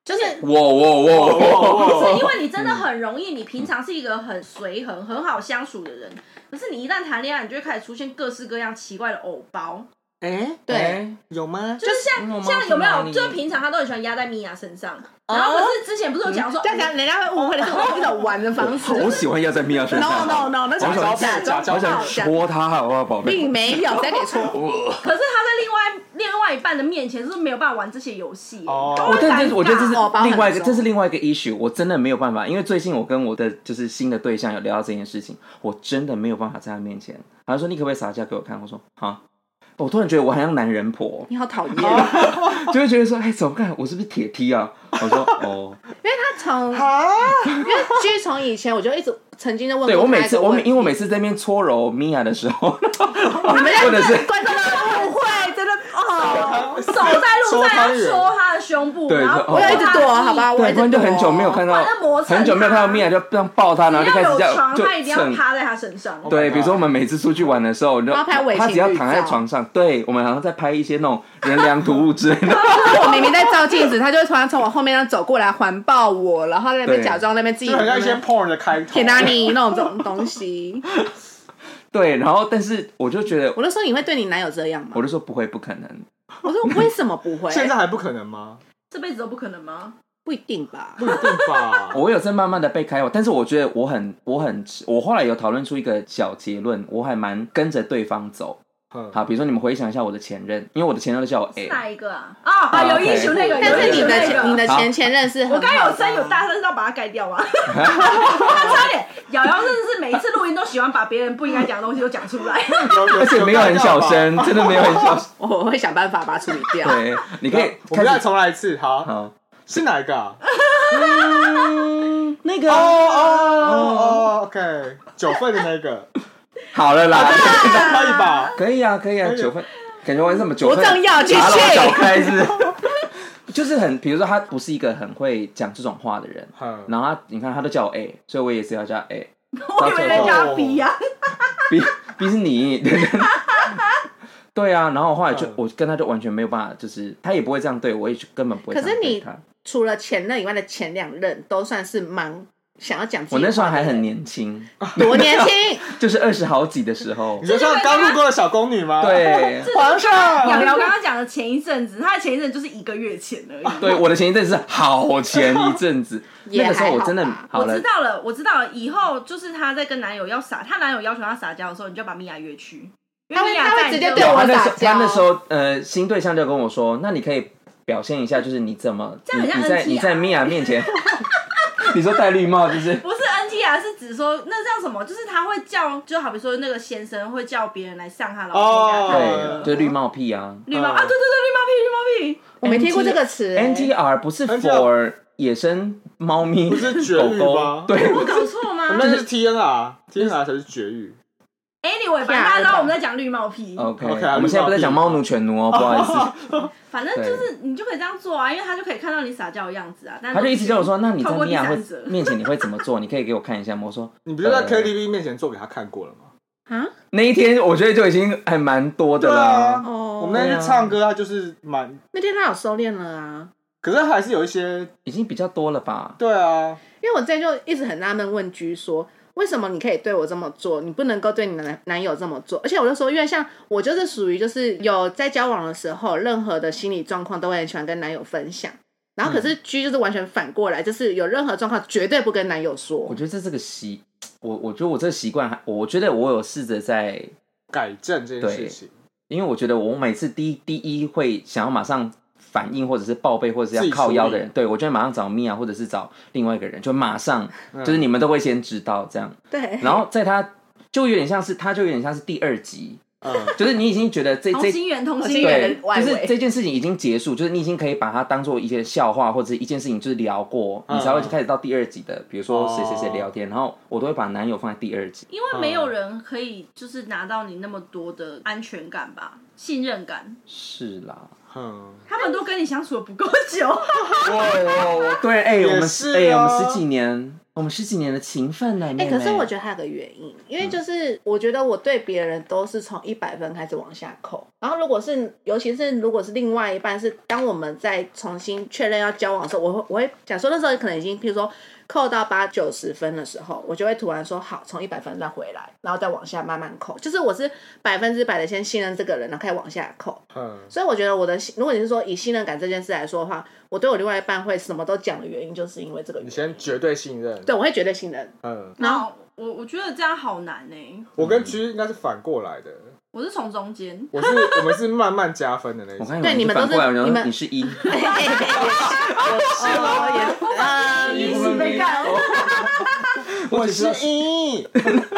Speaker 5: 就是
Speaker 3: 哇哇哇！
Speaker 1: 是因为你
Speaker 3: 嗯
Speaker 1: 真的很容易，你平常是一个很随和、很好相处的人，可是你一旦谈恋爱，你就会开始出现各式各样奇怪的偶包，
Speaker 4: 哎，
Speaker 5: 对，
Speaker 4: 有吗？
Speaker 1: 就是像像有没
Speaker 3: 哪
Speaker 1: 有？
Speaker 3: 里
Speaker 1: 就是平常他都很喜欢压在米娅身上，
Speaker 5: 哦
Speaker 1: 然后可是之前不是有讲
Speaker 3: 嗯
Speaker 1: 说，
Speaker 5: 嗯这样讲人家会误会的是我一种玩的方式。
Speaker 3: 好喜欢要在米娅身
Speaker 5: no
Speaker 3: 上
Speaker 5: no no，那
Speaker 3: 哦我
Speaker 5: 叫
Speaker 3: 想
Speaker 5: 假装
Speaker 3: 好
Speaker 5: 假
Speaker 3: 想
Speaker 5: 装，
Speaker 3: 戳他，好不好，宝贝
Speaker 5: 并？没有，谁给戳？
Speaker 1: 可是他在另外另外一半的面前是没有办法玩这些游戏的，
Speaker 4: 哦
Speaker 1: 都
Speaker 3: 我
Speaker 1: 会
Speaker 3: 但
Speaker 1: 尴
Speaker 3: 是我觉得这
Speaker 1: 尬。
Speaker 5: 哦
Speaker 3: 是
Speaker 5: 包含
Speaker 3: 另外一个，
Speaker 5: 重
Speaker 3: 这是另外一个 issue，我真的没有办法，因为最近我跟我的就是新的对象有聊到这件事情，我真的没有办法在他面前，他说你可不可以撒娇给我看？我说好，我突然觉得我好像男人婆，
Speaker 5: 你好 讨厌，
Speaker 3: 就会觉得说，哎，怎么看我是不是铁梯啊？我说哦，
Speaker 5: 因为他从
Speaker 4: 啊，
Speaker 5: 因为其实从以前我就一直曾经在 问
Speaker 3: 对我
Speaker 5: 过他
Speaker 3: 每
Speaker 5: 一
Speaker 3: 次
Speaker 5: 个
Speaker 3: 我
Speaker 5: 问
Speaker 3: 每
Speaker 5: 题，
Speaker 3: 因为我每次在那边搓揉米娅的时候，或者是
Speaker 5: 观众都误会，真的哦，
Speaker 1: 走在路
Speaker 4: 收
Speaker 1: 上
Speaker 4: 摊
Speaker 1: 要
Speaker 4: 人
Speaker 1: 戳他的胸部，
Speaker 3: 对
Speaker 1: 然后
Speaker 3: 就哦
Speaker 5: 我要一直躲，
Speaker 1: 他的
Speaker 5: 好吧，我
Speaker 3: 对，
Speaker 5: 一
Speaker 3: 不
Speaker 5: 直
Speaker 3: 然就
Speaker 5: 躲，
Speaker 3: 很久没有看到
Speaker 1: 反正磨，蹭
Speaker 3: 很久没有
Speaker 1: 他
Speaker 3: 看到米娅就这样抱他，然后就开
Speaker 1: 只
Speaker 3: 始
Speaker 1: 要有
Speaker 3: 这样
Speaker 1: 床，
Speaker 3: 就
Speaker 1: 他一定要
Speaker 3: 蹭。
Speaker 1: 趴在他身上。
Speaker 3: 对，比如说我们每次出去玩的时候，就
Speaker 5: 他拍伪
Speaker 3: 他只
Speaker 5: 情
Speaker 3: 要
Speaker 5: 侣
Speaker 3: 躺在
Speaker 5: 照
Speaker 3: 床上，对我们好像在拍一些那种人梁图物之类的。
Speaker 5: 就是我明明在照镜子，他就会突然从我后面这样走过来环抱我，然后在那边
Speaker 3: 对
Speaker 5: 假装那边自己
Speaker 4: 就很像一些 porn 的开头。
Speaker 5: 铁达尼那种东西。
Speaker 3: 对，然后但是我就觉得，
Speaker 5: 我就说你会对你男友这样吗？
Speaker 3: 我就说不会，不可能。
Speaker 5: 我说为什么不会？
Speaker 4: 现在还不可能吗？
Speaker 1: 这辈子都不可能吗？
Speaker 5: 不一定吧。
Speaker 4: 不一定吧。
Speaker 3: 我有在慢慢的被开化，但是我觉得我很我很我后来有讨论出一个小结论，我还蛮跟着对方走。
Speaker 4: 嗯
Speaker 3: 好，比如说你们回想一下我的前任，因为我的前任都叫我哎
Speaker 1: 是
Speaker 5: 哎
Speaker 3: A，
Speaker 1: 哪一个啊？啊啊，有英雄那个，
Speaker 5: 但是你
Speaker 1: 有英
Speaker 5: 的
Speaker 1: 雄那
Speaker 5: 前
Speaker 1: 个
Speaker 5: 你的啊前前任是很
Speaker 1: 我刚
Speaker 5: 好
Speaker 1: 有
Speaker 5: 的
Speaker 1: 声有大声到把它盖掉 吗？他差点，瑶瑶真的是每一次录音都喜欢把别人不应该讲的东西都讲出来。
Speaker 5: 哦
Speaker 4: 有有
Speaker 3: 而且没有很小。
Speaker 4: 有看到吧
Speaker 3: 声，真的没有很小声。
Speaker 5: 我会想办法把它处理掉。
Speaker 3: 对，你可以
Speaker 4: 我
Speaker 3: 开
Speaker 4: 们再
Speaker 3: 始。
Speaker 4: 重来一次，好，
Speaker 3: 好，
Speaker 4: 是哪一个啊？
Speaker 3: 那个
Speaker 4: 哦哦哦，OK，九份的那个，
Speaker 3: 嗯好了啦，
Speaker 4: 可以吧？
Speaker 3: 可以啊，可以啊，
Speaker 4: 可以
Speaker 3: 九分，感觉我这么九
Speaker 5: 不
Speaker 3: 分，
Speaker 5: 重要，继
Speaker 3: 打扰小
Speaker 5: 续。
Speaker 3: 开是， 就是很，比如说他不是一个很会讲这种话的人，
Speaker 4: 嗯
Speaker 3: 然后他你看他都叫我 A，所以我也是要叫哎他 A，
Speaker 1: 我以为在叫他比啊呀，
Speaker 3: 比比是你。 对啊，然后我后来就
Speaker 4: 嗯
Speaker 3: 我跟他就完全没有办法，就是他也不会这样对我，也就根本不会这
Speaker 5: 可
Speaker 3: 样
Speaker 5: 是
Speaker 3: 对
Speaker 5: 你
Speaker 3: 他。
Speaker 5: 除了前任以外的前两任都算是蛮想要讲自己
Speaker 3: 我那时候
Speaker 5: 话的
Speaker 3: 还
Speaker 5: 人
Speaker 3: 很年轻，
Speaker 5: 多年轻，
Speaker 3: 就是二十好几的时候
Speaker 4: 你，就像刚路过的小宫女吗？，
Speaker 3: 对
Speaker 4: 皇
Speaker 1: 瑶
Speaker 5: 哦
Speaker 4: 上，
Speaker 1: 瑶刚刚讲的前一阵子，他的前一阵就是一个月前而
Speaker 5: 哦
Speaker 1: 已。
Speaker 3: 对，我的前一阵子是好前一阵子，
Speaker 5: 也
Speaker 3: 那个时候
Speaker 5: 还
Speaker 3: 我
Speaker 5: 好
Speaker 3: 真的
Speaker 5: 吧
Speaker 3: 好
Speaker 1: 我
Speaker 3: 了
Speaker 1: 知，道了，我知道了。以后就是她在跟男友要撒，她男友要求她撒娇的时候，你就把米娅约去， 因
Speaker 5: 她
Speaker 1: 为
Speaker 5: 会
Speaker 1: 米娅
Speaker 5: 她会
Speaker 1: 在你
Speaker 5: 直接
Speaker 1: 就
Speaker 5: 对我哦
Speaker 3: 他那时
Speaker 5: 撒
Speaker 3: 候他那
Speaker 5: 娇
Speaker 3: 时候呃新对象就跟我说，那你可以表现一下，就是你怎么
Speaker 1: 这
Speaker 3: 你
Speaker 1: 样很像
Speaker 3: 你在
Speaker 1: NT
Speaker 3: 你在
Speaker 1: 啊
Speaker 3: 米娅面前， 你说戴绿帽就是
Speaker 1: 不是 NTR，是指说那叫什么？就是他会叫，就好比说那个先生会叫别人来上他老公家
Speaker 4: 哦
Speaker 3: 对，就是绿帽屁啊
Speaker 1: 绿
Speaker 5: 哦
Speaker 1: 帽啊，对对对，绿帽屁，绿帽屁。
Speaker 5: 我没听过这个词、欸。
Speaker 3: ，NTR 不是
Speaker 4: NTR
Speaker 3: for 野生猫咪
Speaker 4: 不是绝
Speaker 3: 狗
Speaker 4: 育
Speaker 3: 狗
Speaker 4: 吗，
Speaker 3: 对，
Speaker 1: 我搞错吗
Speaker 4: 我们那是
Speaker 5: 嗯
Speaker 4: TNR，TNR 才是绝育。
Speaker 1: ？Anyway，反正大家知道我们在讲绿帽屁，
Speaker 3: OK，
Speaker 4: OK 啊
Speaker 3: 我们现在不在讲猫奴犬奴哦，不好意思，
Speaker 1: 反正就是你就可以这样做啊，因为他就可以看到你撒娇的样子啊。但是
Speaker 3: 他就一直叫我说，那你在
Speaker 1: 透过
Speaker 3: 米
Speaker 1: 第
Speaker 3: 娅会
Speaker 1: 三者
Speaker 3: 面前你会怎么做？你可以给我看一下吗？我说
Speaker 4: 你不是在
Speaker 3: 呃
Speaker 4: KTV 面前做给他看过了吗？
Speaker 5: 啊，
Speaker 3: 那一天我觉得就已经还蛮多的
Speaker 1: 啊
Speaker 3: 啦，
Speaker 5: 哦
Speaker 4: 啊我们那
Speaker 3: 啊
Speaker 4: 天去唱歌，他就是蛮，
Speaker 5: 那天他有收敛了啊，
Speaker 4: 可是还是有一些，
Speaker 3: 已经比较多了吧？
Speaker 4: 对啊，
Speaker 5: 因为我之前就一直很纳闷，问居说为什么你可以对我这么做，你不能够对你的男男友这么做？而且我就说，因为像我就是属于就是有在交往的时候，任何的心理状况都会很喜欢跟男友分享。然后可是居就是完全反过来，就是有任何状况绝对不跟男友说
Speaker 3: 我。觉得这是个习，我我觉得我这个习惯还，我觉得我有试着在，
Speaker 4: 改正这件事情，
Speaker 3: 因为我觉得我每次第一第一会想要马上反应，或者是报备，或者是
Speaker 4: 自
Speaker 3: 要
Speaker 4: 己
Speaker 3: 靠腰
Speaker 4: 处理
Speaker 3: 的人，对我就会马上找米娅，或者是找另外一个人，就马上
Speaker 4: 嗯
Speaker 3: 就是你们都会先知道这样，
Speaker 5: 对，
Speaker 3: 然后在他就有点像是他就有点像是第二集，
Speaker 4: 嗯，
Speaker 3: 就是你已经觉得这
Speaker 1: 同
Speaker 3: 这
Speaker 1: 心圆，同
Speaker 5: 同
Speaker 1: 心
Speaker 5: 心圆
Speaker 1: 圆，
Speaker 3: 对
Speaker 5: 的，外
Speaker 3: 就
Speaker 5: 围
Speaker 3: 是这件事情已经结束，就是你已经可以把它当做一些笑话或者一件事情，就是聊过，你才会
Speaker 4: 嗯嗯
Speaker 3: 开始到第二集的，比如说谁谁谁
Speaker 4: 哦
Speaker 3: 聊天，然后我都会把男友放在第二集。
Speaker 1: 因为没有人可以就是拿到你那么多的安全感吧，信任感。
Speaker 3: 是啦，
Speaker 4: 嗯，
Speaker 1: 他们都跟你相处的不够久，
Speaker 3: 哦对，哎、我
Speaker 4: 也
Speaker 3: 们
Speaker 4: 是
Speaker 3: 哎、我
Speaker 4: 哦
Speaker 3: 们十几年，我们十几年的情分呢、妹妹
Speaker 5: 哎、可是嗯我觉得还有个原因，因为就是我觉得我对别人都是从一百分开始往下扣，然后如果是，尤其是如果是另外一半是，当我们在重新确认要交往的时候，我会我会假说那时候可能已经，譬如说扣到八九十分的时候，我就会突然说好，从一百分再回来，然后再往下慢慢扣，就是我是百分之百的先信任这个人，然后开始往下扣。
Speaker 4: 嗯，
Speaker 5: 所以我觉得我的信，如果你是说以信任感这件事来说的话，我对我另外一半会什么都讲的原因，就是因为这个原
Speaker 4: 你
Speaker 5: 因。
Speaker 4: 先绝对信任。
Speaker 5: 对，，我会绝对信任。
Speaker 4: 嗯，
Speaker 5: 然后
Speaker 1: 那我我觉得这样好难呢。
Speaker 4: 我跟居应该是反过来的，
Speaker 1: 我是从中间，
Speaker 4: 我是我们是慢慢加分的那
Speaker 3: 我
Speaker 4: 一种。
Speaker 3: 看
Speaker 5: 对你们都是
Speaker 3: 反过来，我想
Speaker 5: 你
Speaker 3: 说
Speaker 5: 们
Speaker 3: 你是一，
Speaker 5: 我是哦我也啊，
Speaker 1: 一起被干，有
Speaker 3: 呃
Speaker 4: 我是一，
Speaker 1: 意吗？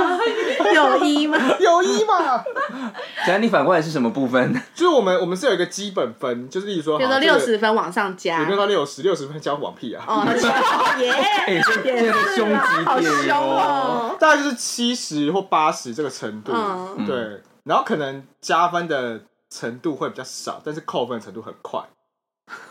Speaker 5: 有一吗？
Speaker 4: 有一嘛？
Speaker 3: 然后你反过来是什么部分？
Speaker 4: 就是我们我们是有一个基本分，就是例如说，
Speaker 5: 比如说
Speaker 4: 好这个
Speaker 5: 六十分往上加
Speaker 4: 也没。有到六十，六十分交往屁啊！
Speaker 5: 哦，耶，
Speaker 3: 哎，这这
Speaker 5: 也
Speaker 3: 个
Speaker 5: 是
Speaker 3: 胸
Speaker 5: 啊，好
Speaker 3: 肌
Speaker 5: 凶
Speaker 3: 点哦，
Speaker 5: 哦。
Speaker 4: 大概就是七十或八十这个程度，
Speaker 5: 嗯，
Speaker 4: 对。然后可能加分的程度会比较少，但是扣分的程度很快。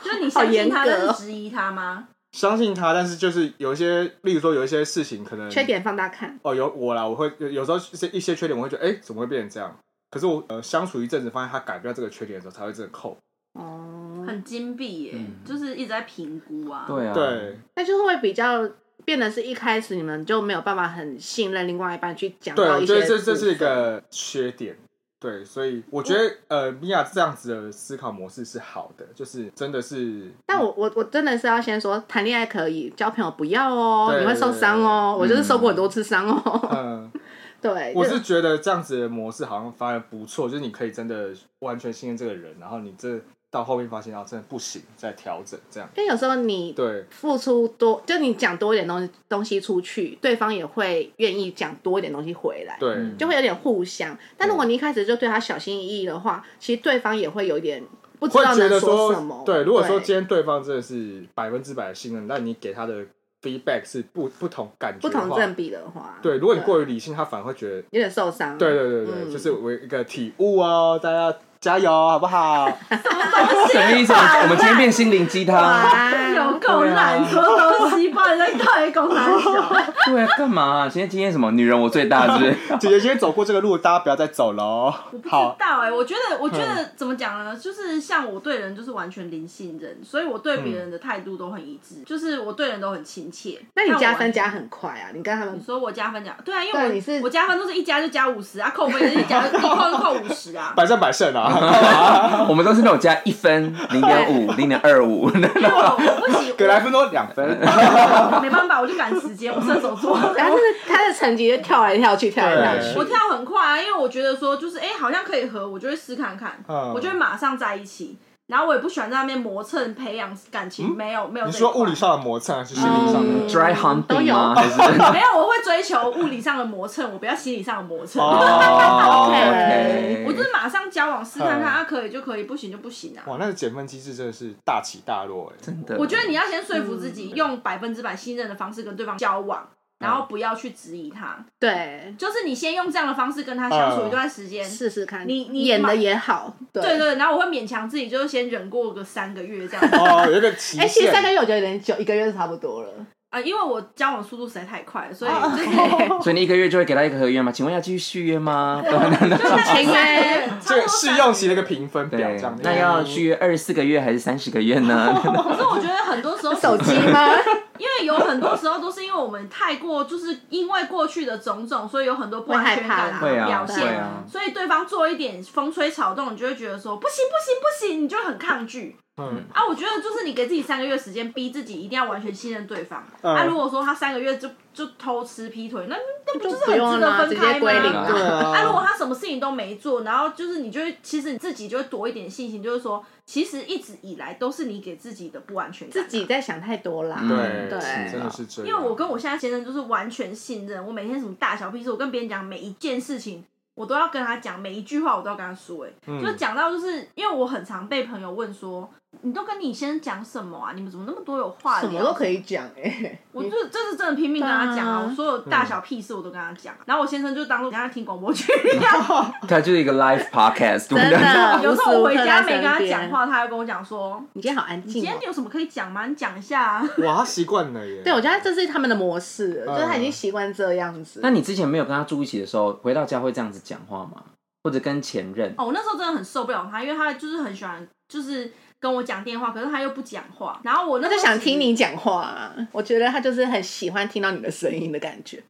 Speaker 1: 就是你相信他，
Speaker 5: 好严格
Speaker 1: 但是质疑他吗？
Speaker 4: 相信他，但是就是有一些，例如说有一些事情可能
Speaker 5: 缺点放大看。
Speaker 4: 哦，有我啦，我会有有时候一些一些缺点，我会觉得哎、怎么会变成这样？可是我呃相处一阵子，发现他改不掉这个缺点的时候，才会真的扣。
Speaker 5: 哦，
Speaker 1: 很金币耶，就是一直在评估啊。
Speaker 3: 嗯对啊，
Speaker 4: 对，
Speaker 5: 那就是会比较变得是一开始你们就没有办法很信任另外一半去讲
Speaker 4: 对，
Speaker 5: 到
Speaker 4: 我
Speaker 5: 一
Speaker 4: 觉
Speaker 5: 些
Speaker 4: 得
Speaker 5: 部分。
Speaker 4: 这这是一个缺点。对，所以我觉得呃，米娅这样子的思考模式是好的，就是真的是
Speaker 5: 但我我我真的是要先说，谈恋爱可以，交朋友不要哦，
Speaker 4: 对
Speaker 5: 你会受伤哦。我就是受过很多次伤哦。
Speaker 4: 嗯。
Speaker 5: 对，
Speaker 4: 我
Speaker 5: 就是
Speaker 4: 觉得这样子的模式好像反而不错，就是你可以真的完全信任这个人，然后你这到后面发现啊，真的不行，再调整这样。
Speaker 5: 因为有时候你
Speaker 4: 对，
Speaker 5: 付出多，就你讲多一点东西东西出去，对方也会愿意讲多一点东西回来，
Speaker 4: 对，
Speaker 3: 嗯
Speaker 5: 就会有点互相。但如果你一开始就对他小心翼翼的话，其实对方也会有一点不知
Speaker 4: 会
Speaker 5: 道
Speaker 4: 觉
Speaker 5: 能
Speaker 4: 得
Speaker 5: 说什么。
Speaker 4: 对，如果说今天对方真的是百分之百的信任，但你给他的 feedback 是不不同感觉
Speaker 5: 不
Speaker 4: 的话，
Speaker 5: 同正比的话，
Speaker 4: 对，如果你过于理性，他反而会觉得，
Speaker 5: 有点受伤。
Speaker 4: 对对对对，
Speaker 5: 嗯
Speaker 4: 就是我一个体悟哦，大家加油好不好？
Speaker 3: 什么意思？我们今天变心灵鸡汤，
Speaker 5: 哇，
Speaker 1: 有够
Speaker 3: 啊
Speaker 1: 烂，什么东西？不然在到底公哪小？
Speaker 3: 对啊，干嘛？今天今天什么？女人我最大，是不 是？
Speaker 4: 姐姐今天走过这个路，大家不要再走了哦。
Speaker 1: 不知
Speaker 4: 好，嗯
Speaker 1: 道哎、我觉得，我觉得怎么讲呢？就是像我对人就是完全零信任，所以我对别人的态度都很一
Speaker 4: 嗯
Speaker 1: 致，就是我对人都很亲切。
Speaker 5: 那你
Speaker 1: 但
Speaker 5: 加分
Speaker 1: 我完全
Speaker 5: 加很快啊！你跟他
Speaker 1: 你
Speaker 5: 们
Speaker 1: 说我加分加对啊，因
Speaker 5: 对
Speaker 1: 为我
Speaker 5: 你是
Speaker 1: 我加分都是一加就加五十 啊，扣分也是一加一扣就扣五 十啊。
Speaker 4: 百战百胜啊，
Speaker 3: 我们都是那种加一分、零点五、零点二五，
Speaker 5: 嗯
Speaker 1: 因为我我不喜
Speaker 4: 给来分多两 分。啊
Speaker 1: 没办法，我就赶时间，我射手 座。
Speaker 5: 然后就是 他的成绩就跳来跳去，跳来跳
Speaker 4: 对
Speaker 5: 去。
Speaker 1: 我跳很快啊，因为我觉得说就是哎、诶好像可以合，我就会试看看，
Speaker 4: 嗯
Speaker 1: 我就会马上在一起。然后我也不喜欢在那边磨蹭培养感情，没有没有。
Speaker 4: 嗯你说物理？上的摩擦还是心理上的？
Speaker 3: dry
Speaker 5: 都
Speaker 3: humping
Speaker 5: 有
Speaker 3: 吗？还是
Speaker 1: 没有，我会追求物理上的磨蹭，我不要心理上的磨蹭。
Speaker 3: 哦
Speaker 5: OK
Speaker 1: 我就是马上交往试看看，
Speaker 4: 嗯
Speaker 1: 啊可以就可以，不行就不行啊。
Speaker 4: 哇，那个减分机制真的是大起大落哎、
Speaker 3: 真的，
Speaker 1: 我觉得你要先说服自
Speaker 5: 嗯
Speaker 1: 己，用百分之百信任的方式跟对方交往，然后不要去质疑他。
Speaker 5: 对，
Speaker 1: 就是你先用这样的方式跟他相
Speaker 4: 嗯
Speaker 1: 处一段时间，
Speaker 5: 试试看。
Speaker 1: 你你
Speaker 5: 演
Speaker 1: 买
Speaker 5: 的也好，对
Speaker 1: 对。对。然后我会勉强自己，就是先忍过个三个月这样啊、
Speaker 4: 哦，有一个期
Speaker 5: 哎，其实
Speaker 4: 限。
Speaker 5: 三个月我觉得有点久，一个月就差不多了。
Speaker 1: 啊因为我交往速度实在太快了，所以就是
Speaker 5: 哦
Speaker 3: 所以你一个月就会给他一个合 约吗？请问要继续续约吗？
Speaker 1: 就是
Speaker 5: 签约
Speaker 4: 啊这个试用期的一个
Speaker 1: 品。
Speaker 4: 评分表
Speaker 3: 对
Speaker 4: 这样，子。嗯
Speaker 3: 那要续约二十四个月还是三十个月 呢？
Speaker 1: 可是我觉得很多时候
Speaker 5: 手机吗？
Speaker 1: 因为有很多时候都是因为我们太过，就是因为过去的种种，所以有很多不安全感
Speaker 5: 会害怕啦
Speaker 3: 会
Speaker 1: 的
Speaker 3: 啊，
Speaker 1: 表
Speaker 3: 会
Speaker 1: 现。
Speaker 3: 啊。
Speaker 1: 所以对方做一点风吹草动，你就会觉得说不行不行不行，你就会很抗拒。
Speaker 4: 嗯
Speaker 1: 啊，我觉得就是你给自己三个月时间，逼自己一定要完全信任对方。
Speaker 4: 嗯
Speaker 1: 啊，如果说他三个月就就偷吃劈腿，那那不就
Speaker 5: 就是不
Speaker 1: 很
Speaker 5: 用
Speaker 1: 值得
Speaker 5: 啦，
Speaker 1: 分
Speaker 5: 直
Speaker 1: 开
Speaker 5: 接归零
Speaker 1: 吗？
Speaker 4: 对
Speaker 5: 啦。
Speaker 4: 啊，
Speaker 1: 啊，如果他什么事情都没做，然后就是你就会，其实你自己就会多一点信心，就是说，其实一直以来都是你给自己的不安全感。啊
Speaker 5: 自己在想太多啦。
Speaker 3: 嗯
Speaker 4: 对
Speaker 5: 对啊
Speaker 4: 真的是这样。
Speaker 1: 因为我跟我现在先生就是完全信任，我每天什么大小屁事，我跟别人讲每一件事情，我都要跟他讲，每一句话我都要跟他说、欸。哎、
Speaker 4: 嗯
Speaker 1: 就讲到就是因为我很常被朋友问说，你都跟你先讲什么啊？你们怎么那么多有话
Speaker 5: 什么
Speaker 1: 聊
Speaker 5: 都可以讲哎、
Speaker 1: 我就这是真的拼命跟他讲啊，
Speaker 5: 对啊嗯
Speaker 1: 我所有大小屁事我都跟他讲。然后我先生就当做人家在听广播剧一样，
Speaker 3: 它就是一个 live podcast，
Speaker 5: 真的，
Speaker 1: 有时候我回家没跟他
Speaker 5: 无时无刻在身边
Speaker 1: 讲，话，他还跟我讲说
Speaker 5: 你今天好安：“
Speaker 1: 你今
Speaker 5: 静、哦
Speaker 1: 天。有什么可以讲吗？你讲一下啊。
Speaker 4: 哇，他习惯了耶。
Speaker 5: 对，我觉得这是他们的模式了，
Speaker 4: 嗯
Speaker 5: 就是他已经习惯这样子。
Speaker 3: 那你之前没有跟他住一起的时候，回到家会这样子讲话吗？或者跟前任”？
Speaker 1: 哦，我那时候真的很受不了他，因为他就是很喜欢就是跟我讲电话，可是他又不讲话。然后我那
Speaker 5: 他
Speaker 1: 时
Speaker 5: 就
Speaker 1: 候其
Speaker 5: 想
Speaker 1: 实
Speaker 5: 听你讲话、啊，我觉得他就是很喜欢听到你的声音的感觉。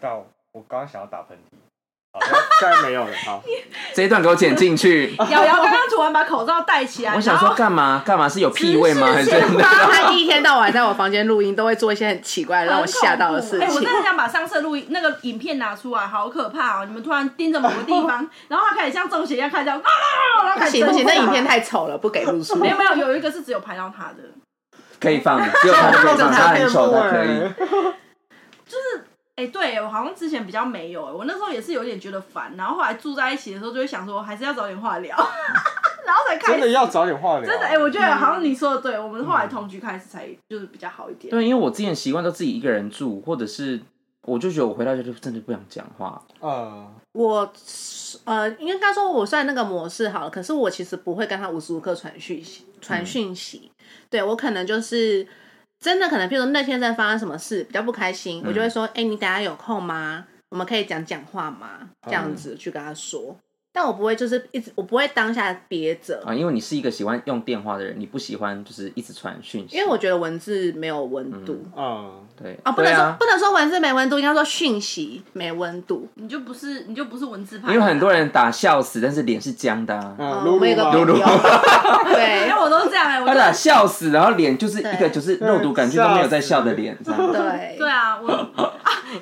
Speaker 6: 到我刚刚想要打喷嚏，
Speaker 4: 好，现在没有了。好，
Speaker 3: 这一段给我剪进 去。
Speaker 1: 瑶瑶刚刚涂完把口罩戴起来，
Speaker 3: 我想
Speaker 1: 然
Speaker 3: 说
Speaker 1: 后
Speaker 3: 干嘛干嘛是有屁味吗？还
Speaker 1: 直
Speaker 3: 是
Speaker 1: 视前方
Speaker 5: 他第一天到晚在我房间录音，都会做一些很奇怪 让我吓到的事
Speaker 1: 哎、我
Speaker 5: 情
Speaker 1: 真。的想把上次录音那个影片拿出来，好可怕哦！你们突然盯着某个地 方，然后他开始像中邪一样开始这样啊啊啊，然后
Speaker 5: 不
Speaker 1: 开始
Speaker 5: 行不行，那
Speaker 1: 挣扎
Speaker 5: 影片太丑了，不给露出。
Speaker 1: 没有没有，有一个是只有拍到他的，
Speaker 3: 可以放， 只有他可以放，他很丑，他可以。
Speaker 1: 哎、对我好像之前比较没有、哎我那时候也是有点觉得烦，然后后来住在一起的时候就会想说，还是要找点话聊， 然后才开
Speaker 4: 真
Speaker 1: 始
Speaker 4: 的要早点化
Speaker 3: 啊
Speaker 4: 疗。
Speaker 1: 真的哎、我觉得好像你说的对，我们后来同居开始才就是比较好一点。
Speaker 3: 对，啊因为我之前习惯都自己一个人住，或者是我就觉得我回到家就真的不想讲话。
Speaker 4: 嗯，
Speaker 5: 我呃，应该说我算那个模式好了，可是我其实不会跟他无时无刻传讯息，
Speaker 3: 嗯
Speaker 5: 传讯息。对我可能就是真的可能，譬如说那天在发生什么事比较不开心，我就会
Speaker 3: 嗯
Speaker 5: 说：“哎、你等下有空吗？我们可以讲讲话吗？”这
Speaker 3: 嗯
Speaker 5: 样子去跟他说。但我不会就是一直，我不会当下憋着，
Speaker 3: 啊，因为你是一个喜欢用电话的人，你不喜欢就是一直传讯息，
Speaker 5: 因为我觉得文字没有温度。
Speaker 4: 嗯，
Speaker 3: 对
Speaker 5: 啊，不能
Speaker 3: 对
Speaker 5: 说、
Speaker 3: 啊，
Speaker 5: 不能说文字没温度，应该说讯息没温度。
Speaker 1: 你就不是你就不是文字派的啊，
Speaker 3: 因为很多人打笑死，但是脸是僵的、啊。
Speaker 4: 嗯，
Speaker 5: 哦我
Speaker 4: 露
Speaker 5: 有一
Speaker 4: 露
Speaker 5: 个
Speaker 4: 吗？
Speaker 5: 朋
Speaker 3: 露
Speaker 5: 友
Speaker 3: 露，
Speaker 1: 哎，
Speaker 5: 对
Speaker 1: 我都这样哎、我
Speaker 3: 他
Speaker 1: 就
Speaker 3: 打笑死，然后脸就是一个
Speaker 5: 对
Speaker 3: 就是肉毒杆菌都没有在笑的脸，这样。
Speaker 5: 对
Speaker 1: 对啊，我啊，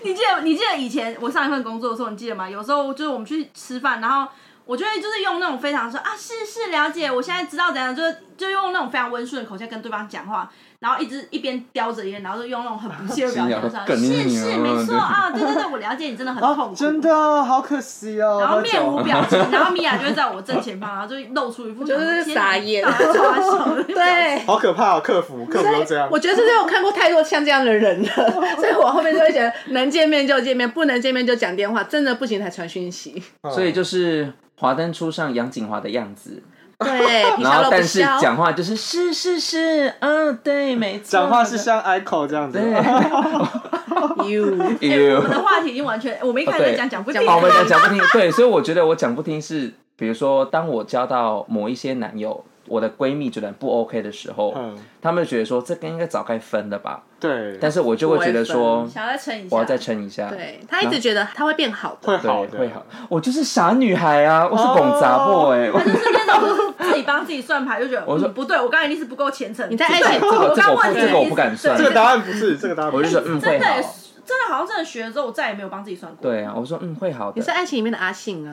Speaker 1: 你记得你记得以前我上一份工作的时候，你记得吗？有时候就是我们去吃饭，然后我就会就是用那种非常说啊是是了解，我现在知道怎样，就是就用那种非常温顺的口气跟对方讲话，然后一直一边叼着烟，然后就用那种很不屑的
Speaker 3: 心想
Speaker 1: 表情说
Speaker 3: 说
Speaker 1: 是
Speaker 3: 干你
Speaker 1: 是
Speaker 3: 娘
Speaker 1: 没错
Speaker 3: 对
Speaker 1: 啊，对对对，我了解你真的
Speaker 3: 哦
Speaker 1: 很痛苦，
Speaker 4: 真。的好可惜哦。
Speaker 1: 然后
Speaker 4: 喝酒
Speaker 1: 面无表情，然后米娅就会在我正前方，然后就露出一副
Speaker 5: 就是傻
Speaker 1: 天
Speaker 5: 眼
Speaker 1: 哪大家超 好笑的啊表情
Speaker 5: 对。
Speaker 4: 好可怕哦，客服客服都这样
Speaker 5: 我。觉得这是我看过太多像这样的人了， 所以我后面就会觉得能见面就见面，不能见面就讲电话，真的不行才传讯息。
Speaker 4: 嗯
Speaker 3: 所以就是《华灯初上》杨锦华的样子，
Speaker 5: 对，皮
Speaker 3: 然后
Speaker 5: 笑肉不
Speaker 3: 但是
Speaker 5: 笑。
Speaker 3: 讲话就是是 是是，嗯，对，没错。
Speaker 4: 讲话是像 echo 这样子。
Speaker 3: 对。
Speaker 5: 哎 You，
Speaker 1: 我
Speaker 3: You，
Speaker 1: 们的话题已经完全，我们一开始在讲讲不停，
Speaker 3: 哦，哎我讲讲不听，对，所以我觉得我讲不听是，比如说当我交到某一些男友，我的闺蜜觉得不 OK 的时候，
Speaker 4: 嗯，
Speaker 3: 他们觉得说这个应该早该分了吧，
Speaker 4: 对，
Speaker 3: 但是我就会觉得
Speaker 5: 不会
Speaker 3: 说
Speaker 1: 想要再撑一下，
Speaker 3: 我要再撑一下，
Speaker 5: 对他一直觉得他会变好的，
Speaker 4: 会
Speaker 3: 对，
Speaker 4: 好的，
Speaker 3: 会好。嗯我就是傻女孩啊，我是拱杂
Speaker 5: 哦
Speaker 3: 欸 boy，、我
Speaker 1: 就是那种 自己帮自己算牌，就觉得
Speaker 3: 我说
Speaker 1: 嗯不对，我刚才一定是不够虔诚。
Speaker 5: 你在爱
Speaker 3: 这
Speaker 5: 情
Speaker 3: 个这个
Speaker 1: 刚
Speaker 3: 我
Speaker 1: 问
Speaker 3: 不
Speaker 1: 你
Speaker 3: 这个我不敢算
Speaker 4: 这，个答案不是，这个答案不。
Speaker 3: 我就是说嗯会
Speaker 1: 真的
Speaker 3: 好
Speaker 1: 耶，真的好像真的学了之后，我再也没有帮自己算过。
Speaker 3: 对啊，我说嗯会好
Speaker 5: 你是
Speaker 3: 的。
Speaker 5: 爱情里面的阿信啊，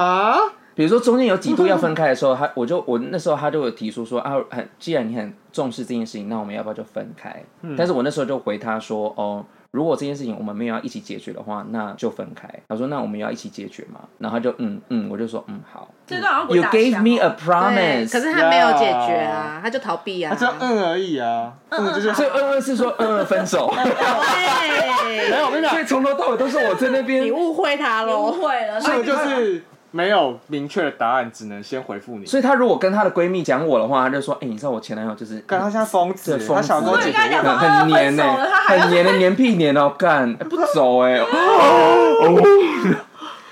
Speaker 4: 啊，
Speaker 3: 比如说中间有几度要分开的时候，他我就我那时候他就有提出说啊，很既然你很重视这件事情，那我们要不要就分开？
Speaker 4: 嗯
Speaker 3: 但是我那时候就回他说哦。如果这件事情我们没有要一起解决的话，那就分开。他说：“那我们要一起解决嘛？”然后他就嗯嗯，我就说嗯好。
Speaker 1: 这段好像鬼
Speaker 3: You
Speaker 1: 打
Speaker 3: gave
Speaker 1: 墙
Speaker 3: me a
Speaker 1: 哦。
Speaker 5: 对，
Speaker 3: promise，
Speaker 5: 可是他没有解决啊，他就逃避啊
Speaker 4: 他，只要嗯而已啊，嗯就是
Speaker 3: 所以二二是说嗯分 手，
Speaker 5: 对，
Speaker 3: 有，所以从头到尾都是我在那
Speaker 5: 你
Speaker 3: 边。
Speaker 5: 误会他
Speaker 1: 你哦误
Speaker 5: 喽。
Speaker 1: 会了，
Speaker 4: 这个就是没有明确的答案，只能先回复你。
Speaker 3: 所以她如果跟她的闺蜜讲我的话，她就说：“哎、你知道我前男友就是
Speaker 4: 干他现在疯
Speaker 3: 这
Speaker 4: 子，
Speaker 3: 疯子，
Speaker 4: 他想跟我
Speaker 1: 所
Speaker 4: 解
Speaker 1: 以刚才
Speaker 4: 决
Speaker 1: 讲
Speaker 3: 很
Speaker 1: 说
Speaker 3: 很黏呢、
Speaker 1: 分手了他还要
Speaker 3: 很黏的黏屁黏哦， 干、哎不走哎、哦，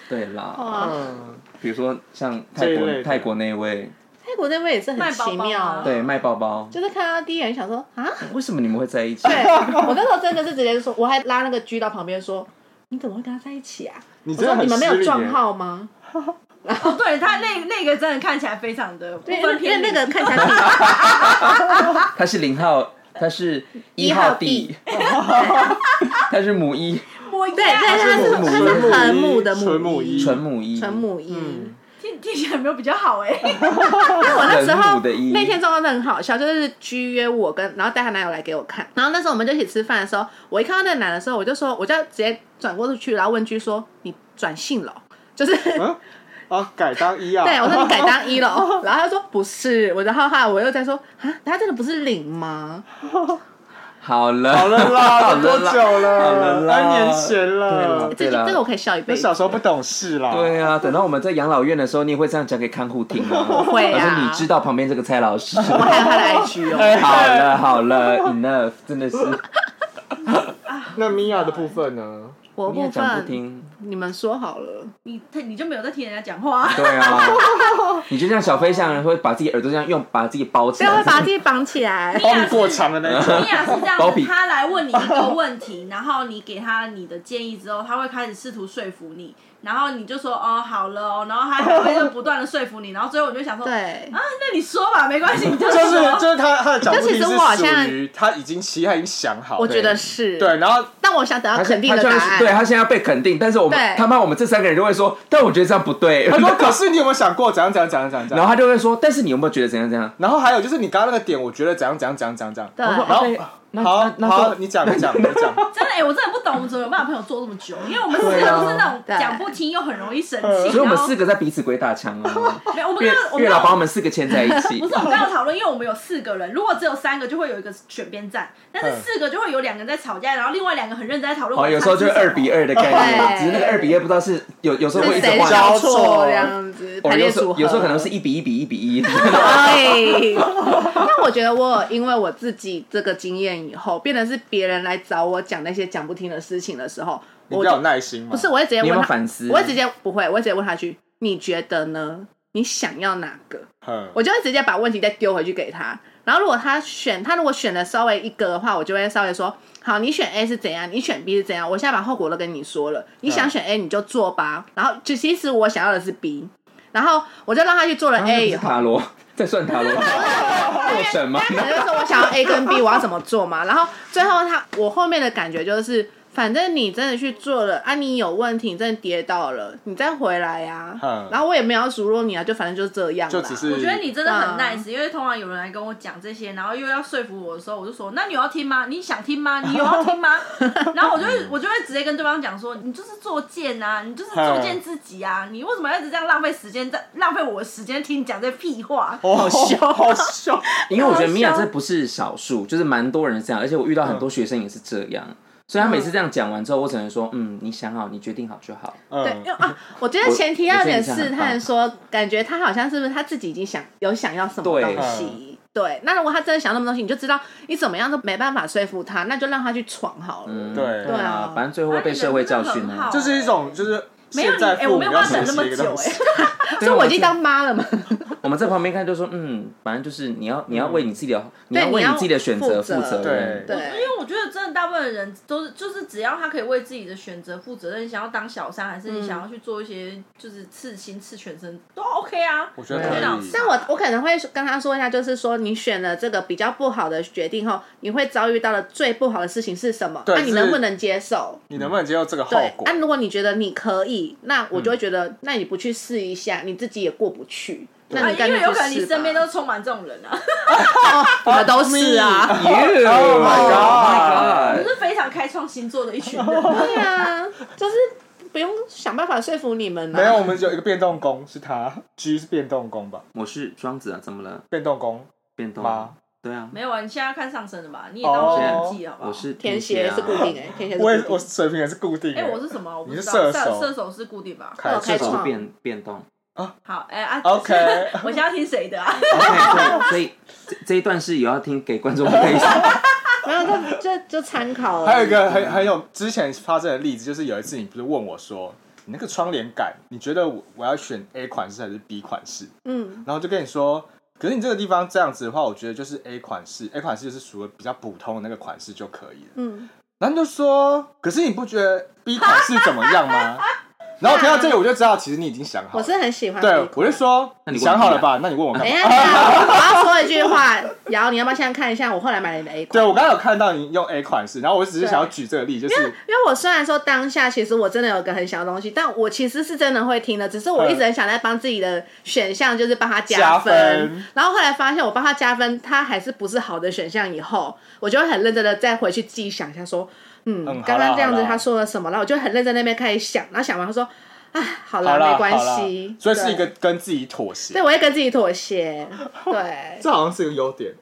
Speaker 3: 对啦，
Speaker 5: 哇，
Speaker 4: 嗯
Speaker 3: 比如说像泰
Speaker 4: 这一类
Speaker 3: 国
Speaker 4: 的
Speaker 3: 泰国那位，
Speaker 5: 泰国那位也是很
Speaker 1: 卖包包
Speaker 5: 奇妙
Speaker 1: 啊
Speaker 5: 啊，
Speaker 3: 对卖包包，
Speaker 5: 就是看到他第一眼就想说啊，
Speaker 3: 为什么你们会在一起？
Speaker 5: 对 我那时候真的是直接就说，我还拉那个居到旁边说，你怎么会跟他在一起啊？
Speaker 4: 你
Speaker 5: 我
Speaker 4: 真
Speaker 5: 说
Speaker 4: 的很
Speaker 5: 你们没
Speaker 4: 失
Speaker 5: 有
Speaker 4: 礼
Speaker 5: 撞
Speaker 4: 耶，
Speaker 5: 号吗？
Speaker 1: 哦对他那那个真的看起来非常的不
Speaker 5: 对，因
Speaker 1: 分
Speaker 5: 为因
Speaker 1: 偏
Speaker 5: 为那
Speaker 1: 离。
Speaker 5: 个看起来 挺
Speaker 3: 他是零号，他是一
Speaker 5: 一号
Speaker 3: 号
Speaker 5: 弟
Speaker 3: 弟， 他是母一，
Speaker 1: 我
Speaker 5: 对对，
Speaker 1: 呀
Speaker 5: 他是
Speaker 3: 母
Speaker 5: 他是
Speaker 4: 纯
Speaker 5: 很
Speaker 4: 母
Speaker 5: 母
Speaker 4: 一
Speaker 5: 的
Speaker 4: 纯
Speaker 5: 母
Speaker 4: 母嗯
Speaker 5: 一，
Speaker 4: 一
Speaker 3: 纯母一，
Speaker 5: 纯母一。
Speaker 1: 听听起来没有比较好哎，
Speaker 5: 因为我那时
Speaker 3: 人
Speaker 5: 候
Speaker 3: 母的一
Speaker 5: 那天状况真的很好笑，就是居约我跟然后带她男友来给我看，然后那时候我们就一起吃饭的时候，我一看到那个男的时候，我就说我就直接转过去，然后问居说你转性了哦，就是。
Speaker 4: 啊，改当一啊，
Speaker 5: 对，我说你改当一了，然后他说不是，我然后哈，我又在说啊，他真的不是零吗？
Speaker 3: 好了，
Speaker 4: 好了啦，
Speaker 3: 好
Speaker 4: 都
Speaker 3: 了
Speaker 4: 多
Speaker 3: 啦
Speaker 4: 久
Speaker 3: 好了
Speaker 4: 了？
Speaker 3: 啦
Speaker 4: 三年前
Speaker 3: 对
Speaker 4: 了
Speaker 3: 啦，
Speaker 5: 这
Speaker 3: 啦
Speaker 5: 这个我可以笑一辈
Speaker 4: 那
Speaker 5: 子。
Speaker 4: 小时候不懂事啦，
Speaker 3: 对啊，等到我们在养老院的时候，你也会这样讲给看护听 吗？我
Speaker 5: 会啊
Speaker 3: 你知道旁边这个蔡老师。
Speaker 5: 我还有 他的 IG 哦。
Speaker 3: 好了好了，enough，真的是
Speaker 4: 那米娅的部分呢？
Speaker 5: 我
Speaker 3: 你也
Speaker 5: 部
Speaker 3: 讲不
Speaker 5: 分
Speaker 3: 听。
Speaker 5: 你们说好了，
Speaker 1: 你他你就没有在听人家讲话，
Speaker 3: 对啊，你就像小飞象会把自己耳朵这样用，把自己包起
Speaker 5: 对，啊会
Speaker 3: 来。
Speaker 5: 把自己绑 起来。
Speaker 4: 包你过长的那一 种，
Speaker 1: 米娅是这样
Speaker 3: 包
Speaker 1: 子，
Speaker 3: 庇
Speaker 1: 他来问你一个问题，然后你给他你的建议之后，他会开始试图说服你，然后你就说哦好了哦，然后他还会就不断的说服你，然后最后我就想说，啊
Speaker 5: 对，
Speaker 1: 那你说吧，没关系，你就
Speaker 4: 就是
Speaker 1: 说
Speaker 4: 就是他他的角度
Speaker 5: 但其
Speaker 4: 是
Speaker 5: 实我好像
Speaker 4: 属于他已经其实他已经想好了，
Speaker 5: 我觉得是。
Speaker 4: 对，，然后
Speaker 5: 但我想等到
Speaker 3: 他
Speaker 5: 肯定
Speaker 3: 他
Speaker 5: 的
Speaker 3: 就
Speaker 5: 答
Speaker 3: 算
Speaker 5: 案。
Speaker 3: 是对他现在要被肯定，但是我们
Speaker 5: 对
Speaker 3: 他妈我们这三个人就会说，但我觉得这样不对。
Speaker 4: 他说：“可是你有没有想过怎样怎样怎样怎样怎
Speaker 3: 然后
Speaker 4: 样
Speaker 3: 他就会说，但是你有没有觉得怎样怎样？”？
Speaker 4: 然后还有就是你刚刚那个点，我觉得怎样怎样怎样怎样怎样。
Speaker 5: 对
Speaker 4: 然后
Speaker 3: 那
Speaker 4: 好
Speaker 3: 那
Speaker 4: 好，
Speaker 3: 那
Speaker 4: 你讲你讲你讲。
Speaker 1: 真的哎、我真的不懂我们怎么有办法朋友做这么久，因为我们四个
Speaker 3: 对啊
Speaker 1: 都是那种
Speaker 5: 对
Speaker 1: 讲不听又很容易生气，
Speaker 3: 所以我
Speaker 1: 然
Speaker 3: 们
Speaker 1: 后
Speaker 3: 四个在彼此鬼打墙 啊。
Speaker 1: 没有我们
Speaker 3: 月
Speaker 1: 刚刚我们
Speaker 3: 月
Speaker 1: 刚
Speaker 3: 老把我
Speaker 1: 刚。
Speaker 3: 们四个牵在一起
Speaker 1: 不。是我们刚刚讨论，因为我们有四个人，如果只有三个，就会有一个选边站，但是
Speaker 4: 嗯
Speaker 1: 四个就会有两个人在吵架，然后另外两个很认真在讨论。
Speaker 3: 哦，有时候就是二比
Speaker 1: 二。
Speaker 3: 二的概念，
Speaker 5: 对
Speaker 3: 只是那个二比二不知道是有有时候会
Speaker 5: 是
Speaker 3: 一直
Speaker 5: 谁
Speaker 3: 换，
Speaker 5: 交
Speaker 4: 交
Speaker 5: 错
Speaker 4: 错
Speaker 5: 这样子
Speaker 3: 哦
Speaker 5: 排
Speaker 3: 有
Speaker 5: 列
Speaker 3: 时
Speaker 5: 组
Speaker 3: 候
Speaker 5: 合，哎
Speaker 3: 有时候可能是一比一比一比 一。
Speaker 5: 对，但我觉得我有因为我自己这个经验以后，变成是别人来找我讲那些讲不听的事情的时候，
Speaker 4: 你
Speaker 5: 我
Speaker 4: 比
Speaker 5: 就
Speaker 4: 较有耐心嘛。
Speaker 5: 不是，我会直 接
Speaker 3: 你
Speaker 5: 问
Speaker 3: 有没有
Speaker 5: 他，
Speaker 3: 反思？
Speaker 5: 我会直接不会，我会直接问他去，你觉得呢？你想要哪个？
Speaker 4: 嗯，
Speaker 5: 我就会直接把问题再丢回去给他。然后如果他选，他如果选了稍微一个的话，我就会稍微说，好，你选 A 是怎样，你选 B 是怎样，我现在把后果都跟你说了，你想
Speaker 4: 嗯
Speaker 5: 选 A 你就做吧。然后就其实我想要的是 B，然后我就让他去做了
Speaker 3: 啊
Speaker 5: A 以
Speaker 3: 那不是
Speaker 5: 后，
Speaker 3: 塔罗在算塔罗 做什么？
Speaker 5: 可能就说我想要 A 跟 B，我要怎么做嘛？然后最后他我后面的感觉就是，反正你真的去做了啊，你有问题，你真的跌倒了，你再回来呀、
Speaker 4: 嗯
Speaker 5: 然后我也没有要数落你啊，就反正就是这样啦。
Speaker 4: 就只是
Speaker 1: 我 觉得你真的很
Speaker 5: 对
Speaker 1: nice，因为通常有人来跟我讲这些，然后又要说服我的时候，我就说：“那你有要听吗？你想听吗？你有要 听吗？”然后我就会我就会直接跟对方讲说：“你就是作贱啊，你就是作贱自己 啊，你为什么要一直这样浪费时间，在浪费我的时间听你讲这屁 话？”
Speaker 4: 好凶，哦好 凶。
Speaker 3: 因为我觉得米娅这不是少数，就是蛮多人是这样，而且我遇到
Speaker 5: 嗯
Speaker 3: 很多学生也是这样。所以他每次这样讲完之后，我只能说，嗯，你想好，你决定好就好。
Speaker 5: 对，
Speaker 4: 嗯
Speaker 5: 因为啊，我觉得前提要有点试探
Speaker 3: 我
Speaker 5: 说，感觉他好像是不是他自己已经想有想要什么
Speaker 3: 对
Speaker 5: 东西。对，那如果他真的想要那么东西，你就知道你怎么样都没办法说服他，那就让他去闯好了。
Speaker 3: 嗯，
Speaker 4: 对
Speaker 3: 对
Speaker 5: 对啊
Speaker 3: 啊，反正最后会被社会教训啊。
Speaker 1: 啊
Speaker 4: 这是一种就是
Speaker 1: 没有
Speaker 4: 现
Speaker 1: 你，
Speaker 4: 在父
Speaker 1: 哎、我
Speaker 4: 母
Speaker 1: 没有
Speaker 4: 要
Speaker 1: 办法
Speaker 4: 学
Speaker 1: 等那
Speaker 4: 习
Speaker 1: 么
Speaker 4: 的一个
Speaker 1: 久
Speaker 4: 东
Speaker 1: 哎、
Speaker 4: 西。
Speaker 5: 所以欸我已经当妈了 嘛，
Speaker 3: 我们在旁边看就说，嗯，反正就是你要你要为你自己的，你
Speaker 5: 对
Speaker 3: 要为
Speaker 5: 你
Speaker 3: 你
Speaker 5: 要
Speaker 3: 自己的选择
Speaker 5: 负责
Speaker 3: 负责任。
Speaker 4: 对
Speaker 5: 对，
Speaker 1: 因为我觉得真的大部分人都是，就是只要他可以为自己的选择负责任，你想要当小三，还是你想要去做一些就是刺青、刺全身都 OK 啊。
Speaker 4: 我觉得
Speaker 3: 对
Speaker 4: 可
Speaker 1: 啊
Speaker 4: 以。
Speaker 5: 但我我可能会跟他说一下，就是说你选了这个比较不好的决定后，你会遭遇到的最不好的事情是什么？那、啊
Speaker 4: 对
Speaker 5: 你
Speaker 4: 是
Speaker 5: 能不能接受？
Speaker 4: 你能不能接受这个后
Speaker 5: 对，
Speaker 4: 果
Speaker 1: 啊
Speaker 4: 嗯
Speaker 5: 那、？如果你觉得你可以，那我就会觉得，那你不去试一下，你自己也过不去。那
Speaker 1: 啊，
Speaker 5: 你干
Speaker 1: 因为
Speaker 5: 脆去试
Speaker 1: 有
Speaker 5: 吧
Speaker 1: 可能你身边都充满这种人啊，
Speaker 5: 我们 都是啊，
Speaker 3: You,
Speaker 4: Oh my god
Speaker 3: my
Speaker 1: 就
Speaker 3: god！
Speaker 1: 是非常开创星座的一 群人。
Speaker 5: 对啊，就是不用想办法说服你们啊。
Speaker 4: 没有，我们有一个变动宫是他，G 是变动宫吧？
Speaker 3: 我是双子啊，怎么了？
Speaker 4: 变动宫
Speaker 3: 变动
Speaker 4: 吗？
Speaker 3: 对啊，
Speaker 1: 没有啊，你现在看上升的吧？你也到年纪好不好？
Speaker 3: 哦我是
Speaker 5: 天
Speaker 3: 蝎
Speaker 5: 蝎
Speaker 3: 啊
Speaker 5: 是固定哎、天蝎是
Speaker 4: 我也
Speaker 5: 固
Speaker 4: 我
Speaker 5: 定。
Speaker 4: 水平也是固定的。
Speaker 1: 哎、我是什么？我不知道。
Speaker 4: 你是射
Speaker 1: 射
Speaker 4: 手
Speaker 1: 手是固定吧？
Speaker 4: 凯
Speaker 5: 开
Speaker 3: 射手
Speaker 4: 这
Speaker 5: 创
Speaker 4: 种
Speaker 3: 是变变动。
Speaker 1: 好，哎、啊
Speaker 4: OK
Speaker 1: 我现在要听谁的啊？
Speaker 3: OK，所以所以这这一段是有要听给观众们 一
Speaker 5: 啊
Speaker 3: 下。
Speaker 5: 没有，就就就参考啊 了。
Speaker 4: 还有一个很很有之前发生的例子，就是有一次你不是问我说，你那个窗帘杆，你觉得我我要选 A 款式还是 B 款式？
Speaker 5: 嗯，
Speaker 4: 然后就跟你说，可是你这个地方这样子的话，我觉得就是 A 款式，A 款式就是属于比较普通的那个款式就可以了。
Speaker 5: 嗯，
Speaker 4: 然后你就说，可是你不觉得 B 款式怎么样吗？ 然后听到这里我就知道，其实你已经想好
Speaker 5: 我
Speaker 4: 了。
Speaker 5: 是很哎喜欢。
Speaker 4: 对，我就。说
Speaker 3: 那
Speaker 4: 你
Speaker 3: 你问
Speaker 4: 想好了
Speaker 3: 一下
Speaker 4: 吧？那你问我啊干
Speaker 5: 等一
Speaker 4: 嘛？
Speaker 5: 下，等一下我我要说一句话，然后你要不要现在看一下我后来买的 A 款？
Speaker 4: 对，我刚刚有看到你用 A 款式，然后我只是想要举这个例，就是
Speaker 5: 因为我虽然说当下其实我真的有一个很想要的东西，但我其实是真的会听的，只是我一直很想在帮自己的选项就是帮他加分，
Speaker 4: 加分
Speaker 5: 然后后来发现我帮他加分，他还是不是好的选项，以后我就会很认真的再回去自己想一下说，嗯，
Speaker 4: 嗯
Speaker 5: 刚刚这样
Speaker 4: 好
Speaker 5: 子
Speaker 4: 啦
Speaker 5: 他说了什么，然后我就很认真地那边开始想，然后想完他说。啊，好
Speaker 4: 好
Speaker 5: 了，
Speaker 4: 啦，
Speaker 5: 没关
Speaker 4: 好啦
Speaker 5: 系。
Speaker 4: 所以是
Speaker 5: 对
Speaker 4: 一个跟自己妥
Speaker 5: 对，
Speaker 4: 协。
Speaker 5: 我会跟自己妥协。 对，
Speaker 4: 这好像是一个优点，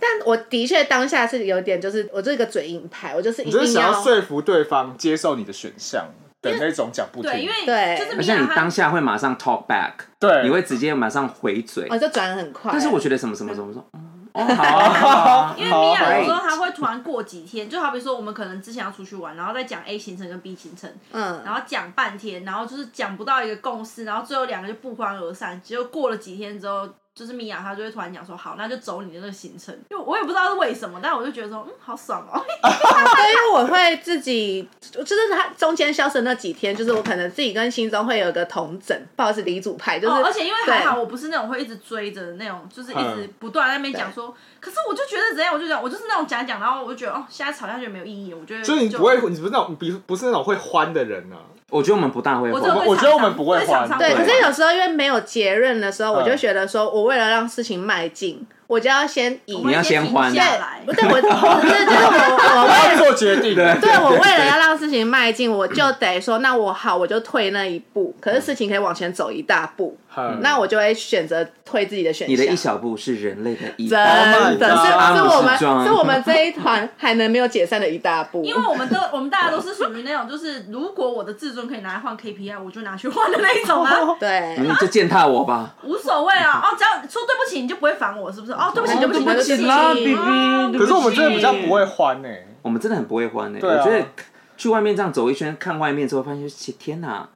Speaker 5: 但我的确当下是有点，就是我就是一个嘴硬派，我就是
Speaker 4: 你
Speaker 5: 一
Speaker 4: 就是
Speaker 5: 定
Speaker 4: 想
Speaker 5: 要
Speaker 4: 要说服对方接受你的选项的那种讲不
Speaker 1: 对，
Speaker 4: 听
Speaker 1: 因，为
Speaker 5: 对
Speaker 1: 就是
Speaker 3: 而
Speaker 1: 米
Speaker 3: 且
Speaker 1: 娅
Speaker 3: 你
Speaker 1: 她
Speaker 3: 当下会马上 talk back，
Speaker 4: 对，
Speaker 3: 你会直接马上回嘴。
Speaker 5: 哦，就转很快。
Speaker 3: 但是我觉得什么什么什么说，嗯哦好啊，好啊
Speaker 1: 因为米
Speaker 4: 好
Speaker 1: 娅有时候
Speaker 3: 好
Speaker 1: 她会突然过几天，就好比说我们可能之前要出去玩，然后再讲 A 行程跟 B 行程，
Speaker 5: 嗯，
Speaker 1: 然后讲半天，然后就是讲不到一个共识，然后最后两个就不欢而散。结果过了几天之后，就是米娅她就会突然讲说：“好，那就走你的那个行程。”就我也不知道是为什么，但我就觉得说，嗯，好爽哦。
Speaker 5: 对，因为我会自己，就是他中间消失那几天，就是我可能自己跟心中会有个同整，不好意思，离组派，就是、
Speaker 1: 哦，而且因为还好，
Speaker 5: 对
Speaker 1: 我不是那种会一直追着的那种，就是一直
Speaker 4: 嗯
Speaker 1: 不断在那边讲说。可是我就觉得怎样，我就讲，我就是那种讲一讲，然后我就觉得哦，现在吵下去没有意义，我觉得
Speaker 4: 就是你不会，你不是那种，你不是那种会欢的人呢、啊
Speaker 3: 我觉得我们不大会
Speaker 1: 我
Speaker 3: 哄，
Speaker 1: 就会
Speaker 4: 我觉得
Speaker 1: 常
Speaker 4: 我们
Speaker 1: 常
Speaker 4: 不会
Speaker 1: 常
Speaker 4: 还
Speaker 1: 常
Speaker 5: 对。
Speaker 1: 会
Speaker 5: 可是
Speaker 1: 还
Speaker 5: 有时候因为没有结论的时候，我就
Speaker 4: 嗯
Speaker 5: 觉得说我为了让事情迈进，我就要先
Speaker 4: 哦
Speaker 5: 以
Speaker 3: 你要先还
Speaker 1: 停下来
Speaker 5: 不。对，我对对，就是我
Speaker 4: 我
Speaker 5: 我为
Speaker 4: 要
Speaker 5: 了
Speaker 4: 做决定，对
Speaker 5: 对，我为了要让事情迈进，我就得说，那我好，我就退那一步。可是事情可以往前走一大步，那我就会选择退自己的选项。
Speaker 3: 你的一小步是人类的一
Speaker 5: 真
Speaker 3: 大步
Speaker 4: Oh my
Speaker 5: 的
Speaker 4: god
Speaker 5: 是是我们
Speaker 3: 是装
Speaker 5: 是我们这一团还能没有解散的一大步。
Speaker 1: 因为我们都，我们大家都是属于那种，就是如果我的自尊可以拿来换 KPI，我就拿去换的那一种啊，
Speaker 5: 对，
Speaker 3: 你就践踏我吧。
Speaker 1: 无所谓啊。哦，只要说对不起，你就不会烦我，是不是？哦，对不起，
Speaker 5: 哦
Speaker 1: 对不起，
Speaker 5: 对不起
Speaker 1: 起
Speaker 5: 啦
Speaker 1: 哦
Speaker 3: BB
Speaker 4: 可是我们真的比较不会欢欸呢、
Speaker 3: 我们真的很不会欢呢、
Speaker 4: 对啊
Speaker 3: 我觉得去外面这样走一圈，看外面之后发现，其天哪，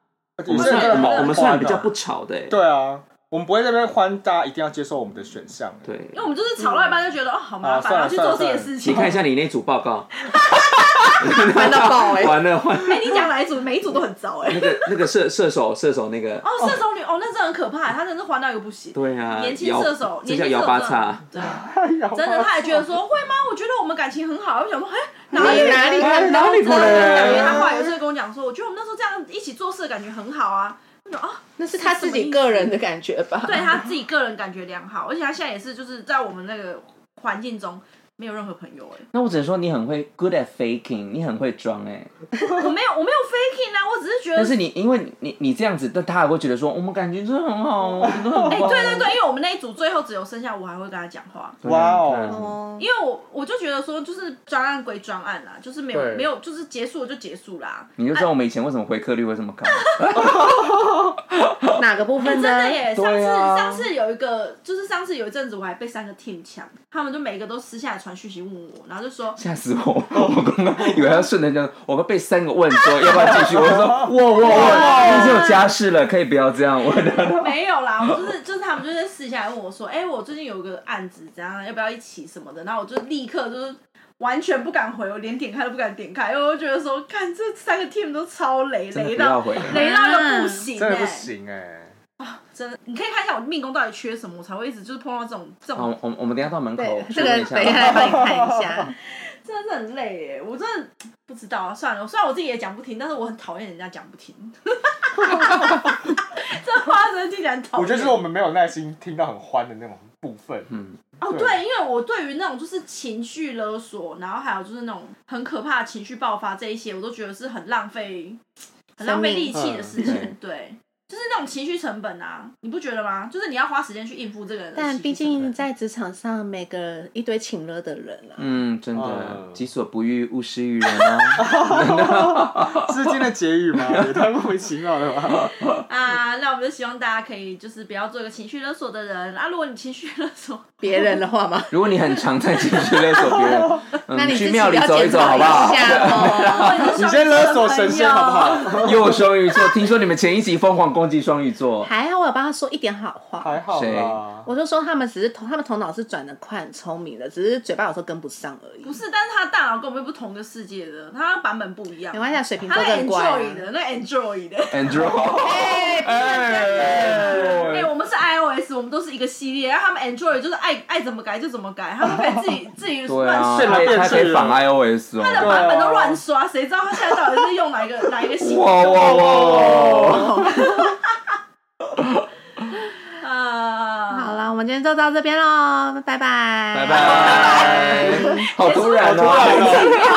Speaker 3: 我们
Speaker 1: 是
Speaker 3: 虽然我们我们虽然比较不
Speaker 4: 不啊
Speaker 3: 吵的、欸，
Speaker 4: 对啊，我们不会在那边欢，大家一定要接受我们的选项、欸。
Speaker 3: 对
Speaker 1: 因为我们就是吵到一半就觉得哦，好麻
Speaker 4: 好
Speaker 1: 烦，然后去
Speaker 4: 算了
Speaker 1: 做自己的事
Speaker 3: 你
Speaker 1: 情。
Speaker 3: 看一下你那组报告，
Speaker 5: 烦到爆哎！
Speaker 3: 完了换
Speaker 1: 哎，你讲哪一组？每一组都很糟哎。
Speaker 3: 那个那个射射手射手那个，
Speaker 1: 哦，射手女哦，那真的很可怕，她真的是还到一个不行。
Speaker 3: 对啊，
Speaker 1: 年轻
Speaker 3: 摇
Speaker 1: 射手，
Speaker 3: 这
Speaker 1: 年
Speaker 3: 叫
Speaker 1: 轻射
Speaker 3: 摇
Speaker 1: 手
Speaker 3: 八叉，
Speaker 1: 真的，
Speaker 4: 哎呀
Speaker 1: 对，真的，他也觉得说会吗？我觉得我们感情很好，我想说，哎，哪
Speaker 5: 你
Speaker 1: 里
Speaker 5: 哪
Speaker 3: 哎
Speaker 5: 里看
Speaker 3: 啊哪
Speaker 5: 到
Speaker 3: 里不
Speaker 1: 然后
Speaker 3: 能
Speaker 1: 感
Speaker 5: 这
Speaker 1: 觉他
Speaker 5: 样
Speaker 1: 后来有时候跟我讲说，我觉得我们那时候这样一起做事的感觉很好啊。我说啊，
Speaker 5: 那是他自己个人的感觉吧？
Speaker 1: 对他自己个人感觉良好，而且他现在也是就是在我们那个环境中没有任何朋友哎、
Speaker 3: 那我只能说你很会 good at faking，你很会装哎、
Speaker 1: 我没有我没有 faking 啊，我只是觉得
Speaker 3: 但是你因为你你你这样子，但他还会觉得说我们感情真的很好，我们都很棒。
Speaker 1: 哎、对对对，因为我们那一组最后只有剩下我还会跟他讲话，
Speaker 3: 对，啊
Speaker 4: 哇哦
Speaker 3: 你看
Speaker 5: 哦
Speaker 1: 因为我我就觉得说就是专案归专案啦，就是没有
Speaker 4: 对
Speaker 1: 没有就是结束了就结束啦。啊
Speaker 3: 你就知道我们以前为什么回客率会这么高。
Speaker 5: 哪个部分
Speaker 1: 真
Speaker 5: 呢
Speaker 1: 的？耶！上
Speaker 3: 对
Speaker 1: 次、
Speaker 3: 啊
Speaker 1: 上次有一个，就是上次有一阵子，我还被三个 team 抢，他们就每个都私下传讯息问我，然后 就说
Speaker 3: 吓死我！我刚刚以为他顺着讲，我刚被三个问说要不要继续，我就说哇哇哇，最近有家事了，可以不要这样。我的
Speaker 1: 没有啦，我就是就是他们就是私下来问我说，哎、我最近有个案子，怎样要不要一起什么的，然后我就立刻就是完全不敢回，我连点开都不敢点开，因为我就觉得说，看这三个 team 都超雷，
Speaker 3: 真的
Speaker 1: 雷
Speaker 3: 不要
Speaker 1: 到
Speaker 3: 回了。
Speaker 1: 雷到又不行、
Speaker 4: 真的不
Speaker 1: 哎，
Speaker 4: 行哎、
Speaker 1: 真的，你可以看一下我命宫到底缺什么，我才会一直就是碰到这种这
Speaker 3: 好，
Speaker 1: 种，
Speaker 3: 我我我们等一下到门口
Speaker 5: 对，这
Speaker 3: 询问
Speaker 5: 个
Speaker 3: 一下
Speaker 5: 等一下来帮你看一下。
Speaker 1: 真的是很累耶，我真的不知道啊，算了，虽然我自己也讲不听，但是我很讨厌人家讲不听， 这话真的听起来很讨厌。
Speaker 4: 我觉得是我们没有耐心听到很欢的那种部分。
Speaker 3: 嗯，
Speaker 1: 哦，
Speaker 4: 对
Speaker 1: 对，因为我对于那种就是情绪勒索，然后还有就是那种很可怕的情绪爆发这一些，我都觉得是很浪费、很浪费
Speaker 5: 生命
Speaker 1: 力气的事
Speaker 3: 嗯
Speaker 1: 情。对，就是那种情绪成本啊，你不觉得吗？就是你要花时间去应付这个人的情绪成本。
Speaker 5: 但毕竟在职场上，每个一堆请了的人啊，
Speaker 3: 嗯，真的
Speaker 4: 哦，
Speaker 3: 己所不欲，勿施于人啊。
Speaker 4: 是今天的结语吗？也太莫名其妙了吧！
Speaker 1: 啊，那我们就希望大家可以就是不要做一个情绪勒索的人啊。如果你情绪勒索，
Speaker 5: 别人的话嘛，
Speaker 3: 如果你很常在情绪勒索别人，
Speaker 5: 那
Speaker 3: 嗯，
Speaker 5: 你
Speaker 3: 去
Speaker 5: 自己
Speaker 3: 庙
Speaker 5: 要
Speaker 3: 里
Speaker 5: 检讨
Speaker 3: 走
Speaker 5: 一
Speaker 3: 走，好不好？
Speaker 5: 下 哦。
Speaker 4: 你先勒索神仙好不好？
Speaker 3: 又双鱼座，听说你们前一集疯狂攻击双鱼 座，
Speaker 5: 还好我有帮他说一点好话，
Speaker 4: 还好啦，
Speaker 5: 我就说他们只是头，他们头脑是转得快、很聪明的，只是嘴巴有时候跟不上而已
Speaker 1: 不。是，但是他的大脑跟我们又不同个世界的，他版本不一样
Speaker 5: 没。关系啊，水瓶
Speaker 1: 他
Speaker 5: 座
Speaker 1: 那
Speaker 5: 更乖啊、
Speaker 1: enjoy 的，那 enjoy 的。
Speaker 3: Andrew，
Speaker 1: 哎、我们是 iOS，我们都是一个系列，然后他们 Android 就是爱爱怎么改就怎么改，他们可以自 己自己
Speaker 3: 对
Speaker 1: 乱
Speaker 3: 啊，
Speaker 1: 刷，
Speaker 4: 顺
Speaker 3: 他
Speaker 4: 了
Speaker 3: 可以
Speaker 4: 便
Speaker 3: 他可以
Speaker 4: 去
Speaker 3: 仿
Speaker 4: 了
Speaker 3: iOS
Speaker 1: 他的
Speaker 3: 哦。
Speaker 1: 版本都乱刷，谁知道他现在到底是用哪一个哪一个系
Speaker 3: 哇哦
Speaker 1: 统？
Speaker 3: 哇哇！
Speaker 5: 哦
Speaker 1: 啊，
Speaker 5: 好了，我们今天就到这边喽，拜
Speaker 3: 拜
Speaker 5: 拜，
Speaker 3: 拜，好突然
Speaker 4: 好突
Speaker 3: 哦！
Speaker 4: 然哦